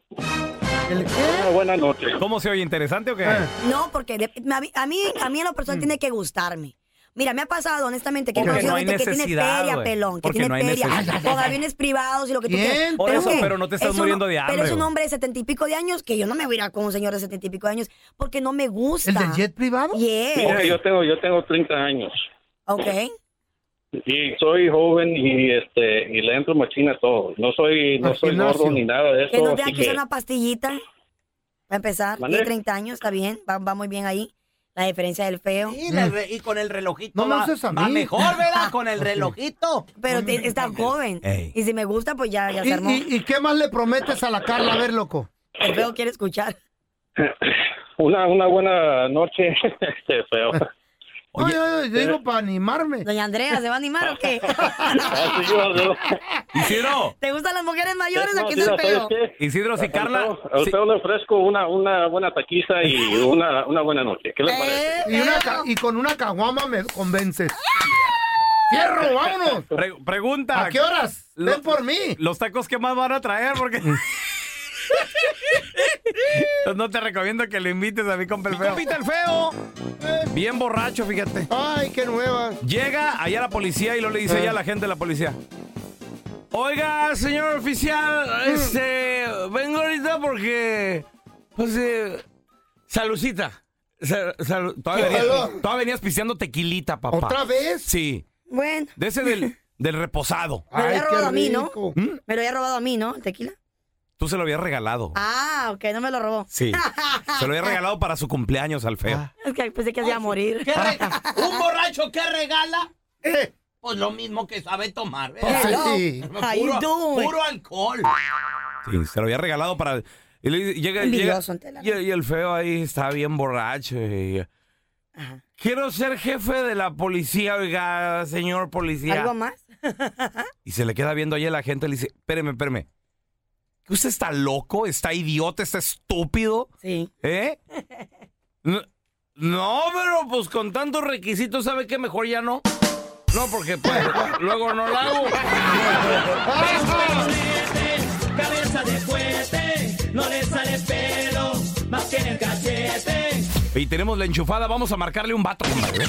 Speaker 15: Una buena noche.
Speaker 2: ¿Cómo se oye? ¿Interesante o qué?
Speaker 4: No, porque de- me- a mí- a mí, a mí en lo personal tiene que gustarme. Mira, me ha pasado honestamente que he
Speaker 2: Mm. Porque
Speaker 4: conocido
Speaker 2: no hay
Speaker 4: gente que tiene
Speaker 2: necesidad,
Speaker 4: feria,
Speaker 2: güey.
Speaker 4: pelón, que
Speaker 2: Porque
Speaker 4: tiene
Speaker 2: no hay
Speaker 4: feria,
Speaker 2: necesidad.
Speaker 4: con aviones privados y lo que tú
Speaker 2: Bien,
Speaker 4: quieras.
Speaker 2: por eso,
Speaker 4: ¿qué?
Speaker 2: pero no te estás
Speaker 4: Es un-
Speaker 2: muriendo de hambre,
Speaker 4: Pero es un
Speaker 2: güey.
Speaker 4: hombre de setenta y pico de años que yo no me voy a ir a con un señor de setenta y pico de años porque no me gusta. ¿El del jet
Speaker 3: privado?
Speaker 4: Yes.
Speaker 15: Mira, yo tengo, yo tengo 30 años
Speaker 4: Ok.
Speaker 15: y soy joven y este y le entro machina a todo. No soy, no soy gordo ni nada de
Speaker 4: Que
Speaker 15: eso.
Speaker 4: no tenga
Speaker 15: así
Speaker 4: que usar
Speaker 15: que- [LAUGHS]
Speaker 4: una pastillita. Va a empezar.
Speaker 15: ¿Mande?
Speaker 4: Tiene 30 años, está bien. Va, va muy bien ahí. La diferencia del feo. Mm.
Speaker 6: Y, la re- y con el relojito
Speaker 4: No me
Speaker 6: va,
Speaker 4: uses a
Speaker 6: va
Speaker 4: mí.
Speaker 6: mejor, ¿verdad? Con
Speaker 3: [LAUGHS]
Speaker 6: el relojito.
Speaker 4: Pero te- está joven. Y si me gusta, pues ya, ya
Speaker 3: ¿Y,
Speaker 4: se armó.
Speaker 3: y- y qué más le prometes a la Carla? A ver, loco.
Speaker 4: El feo quiere escuchar.
Speaker 15: Una, una buena noche. [LAUGHS] Qué
Speaker 4: [LAUGHS]
Speaker 15: feo.
Speaker 3: Oye, oye, yo digo para animarme.
Speaker 4: Doña Andrea, ¿se va a animar
Speaker 3: [LAUGHS]
Speaker 4: o qué?
Speaker 15: Ah, sí, yo- yo-
Speaker 2: Isidro.
Speaker 4: ¿Te gustan las mujeres mayores
Speaker 15: No,
Speaker 4: o qué es
Speaker 15: mira,
Speaker 4: el feo?
Speaker 15: ¿sabes qué?
Speaker 2: Isidro, si
Speaker 15: Al
Speaker 2: Carla-
Speaker 15: feo- Al feo le ofrezco una, una buena taquiza
Speaker 2: [LAUGHS]
Speaker 15: y
Speaker 4: Eh,
Speaker 15: una, una buena noche. ¿Qué le parece?
Speaker 3: Y, una ca- y con una caguama me convences.
Speaker 2: [LAUGHS]
Speaker 3: ¡Fierro, vámonos!
Speaker 2: Pre- pregunta.
Speaker 3: ¿A qué horas?
Speaker 2: Lo-
Speaker 3: Ven por mí.
Speaker 2: Los tacos que más van a traer, porque.
Speaker 3: Mm.
Speaker 2: no te recomiendo que lo invites a mi compa el feo. el feo! Bien borracho, fíjate.
Speaker 3: ¡Ay, qué nueva! Eh.
Speaker 2: Llega allá la policía y lo le dice ya a la gente de la policía. Oiga, señor
Speaker 3: Mm.
Speaker 2: oficial, este, vengo ahorita porque, pues, eh, salucita. Sa- salu- todavía, venías,
Speaker 3: Salud.
Speaker 2: todavía venías pisteando tequilita, papá.
Speaker 3: ¿Otra vez?
Speaker 2: Sí.
Speaker 4: Bueno.
Speaker 2: De ese del, del reposado.
Speaker 4: Me lo había robado a mí, ¿no?
Speaker 3: ¿Mm?
Speaker 4: Me lo había robado a mí, ¿no? ¿El tequila?
Speaker 2: Tú se lo habías regalado.
Speaker 4: Ah, ok, no me lo robó.
Speaker 2: Sí. Se lo había regalado para su cumpleaños al feo.
Speaker 4: Es que pensé que se iba a morir.
Speaker 6: ¿Un borracho qué regala? Pues lo mismo que sabe tomar. ¿verdad?
Speaker 2: Pues
Speaker 6: Hello.
Speaker 2: sí.
Speaker 6: Puro-
Speaker 2: How you doing?
Speaker 6: puro alcohol.
Speaker 2: Sí, se lo había regalado para. Y le dice- llega,
Speaker 6: Envidioso,
Speaker 2: llega- y, y el feo ahí está bien borracho. y- Quiero ser jefe de la policía, oiga, señor policía.
Speaker 4: ¿Algo más?
Speaker 2: Y se le queda viendo ahí a la gente y le dice, espéreme, espéreme. ¿Que ¿Usted está loco? ¿Está idiota? ¿Está estúpido?
Speaker 4: Sí.
Speaker 2: ¿Eh? No, no, pero pues con tantos requisitos, ¿sabe qué? Mejor ya no. No, porque pues, luego no la hago.
Speaker 6: Cabeza de fuerte, no le sale pelo, más que en el cachete.
Speaker 2: Y tenemos la enchufada, vamos a marcarle un vato. compadre.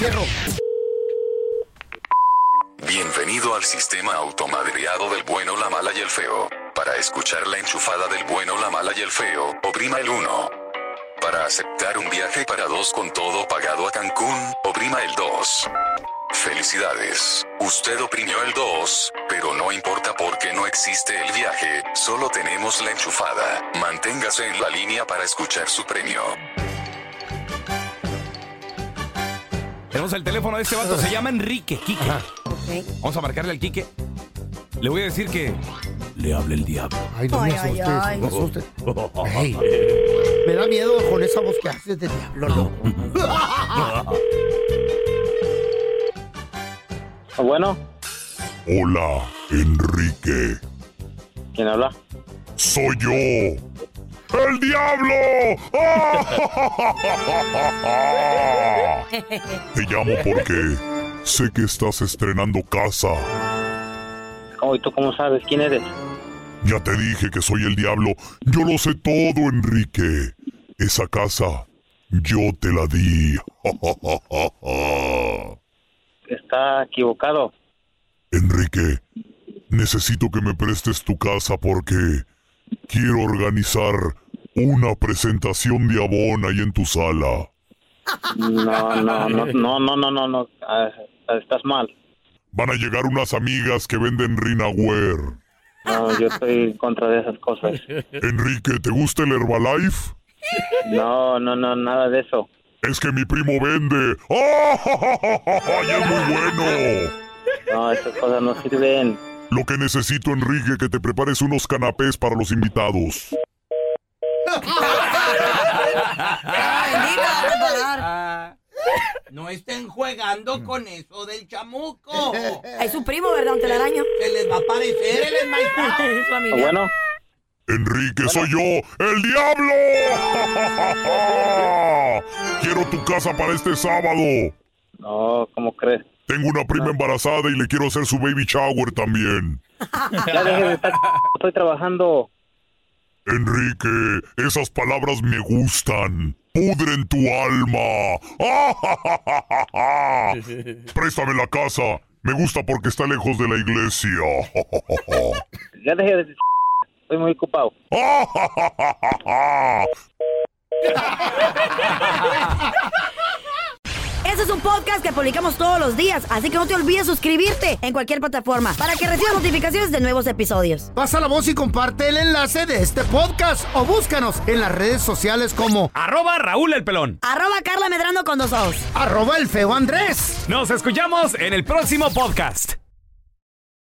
Speaker 14: Bienvenido al sistema automadreado del bueno, la mala y el feo. Para escuchar la enchufada del bueno, la mala y el feo, oprima el 1. Para aceptar un viaje para dos con todo pagado a Cancún, oprima el 2. Felicidades, usted oprimió el 2, pero no importa porque no existe el viaje, solo tenemos la enchufada. Manténgase en la línea para escuchar su premio.
Speaker 2: Tenemos el teléfono de este vato, se llama Enrique, Quique. Vamos a marcarle al Quique. Le voy a decir que le hable el diablo.
Speaker 3: Ay, no me Ay, ay, asustes, ay. no me
Speaker 2: [LAUGHS]
Speaker 3: asustes. Me da miedo con esa voz que haces de
Speaker 4: [LAUGHS]
Speaker 3: diablo, loco.
Speaker 16: Bueno,
Speaker 19: Hola, Enrique.
Speaker 16: ¿quién habla?
Speaker 19: Soy yo. ¡El diablo! ¡Ah! Te llamo porque sé que estás estrenando casa.
Speaker 16: Oh, ¿y tú cómo sabes
Speaker 19: [LAUGHS]
Speaker 16: quién eres?
Speaker 19: Ya te dije que soy el diablo. Yo lo sé todo, Enrique. Esa casa, yo te la di. [LAUGHS]
Speaker 16: Está equivocado.
Speaker 19: Enrique, necesito que me prestes tu casa porque quiero organizar una presentación de Abona ahí en tu sala.
Speaker 16: No, no, no, no, no, no, no, no. Ah, estás mal.
Speaker 19: Van a llegar unas amigas que venden Rinaware.
Speaker 16: No, yo estoy contra de esas cosas.
Speaker 19: Enrique, ¿te gusta el Herbalife?
Speaker 16: No, no, no, nada de eso.
Speaker 19: Es que mi primo vende. ¡Oh, ya es muy bueno!
Speaker 16: No, esas cosas no sirven.
Speaker 19: [LAUGHS] Lo que necesito, Enrique, que te prepares unos canapés para los invitados.
Speaker 6: Ah, No estén jugando con eso del [LAUGHS] chamuco.
Speaker 4: Es su primo, ¿verdad? Un telaraño.
Speaker 6: Se les va a aparecer el [LAUGHS] enmaizado.
Speaker 4: Es su familia.
Speaker 16: Bueno,
Speaker 19: Enrique, soy yo, el diablo. [LAUGHS] Quiero tu casa para este sábado.
Speaker 16: No, ¿cómo crees?
Speaker 19: Tengo una prima embarazada y le quiero hacer su baby shower también.
Speaker 16: ya deje de estar. Estoy trabajando.
Speaker 19: Enrique, esas palabras me gustan. Pudren tu alma. Préstame la casa. Me gusta porque está lejos de la iglesia. [LAUGHS]
Speaker 16: Ya deje de. Estoy muy ocupado.
Speaker 4: Este es un podcast que publicamos todos los días, así que no te olvides suscribirte en cualquier plataforma para que recibas notificaciones de nuevos episodios.
Speaker 3: Pasa la voz y comparte el enlace de este podcast o búscanos en las redes sociales como
Speaker 2: Arroba Raúl el pelón.
Speaker 4: Arroba Carla Medrano con dos ojos.
Speaker 3: arroba el feo Andrés.
Speaker 2: Nos escuchamos en el próximo podcast.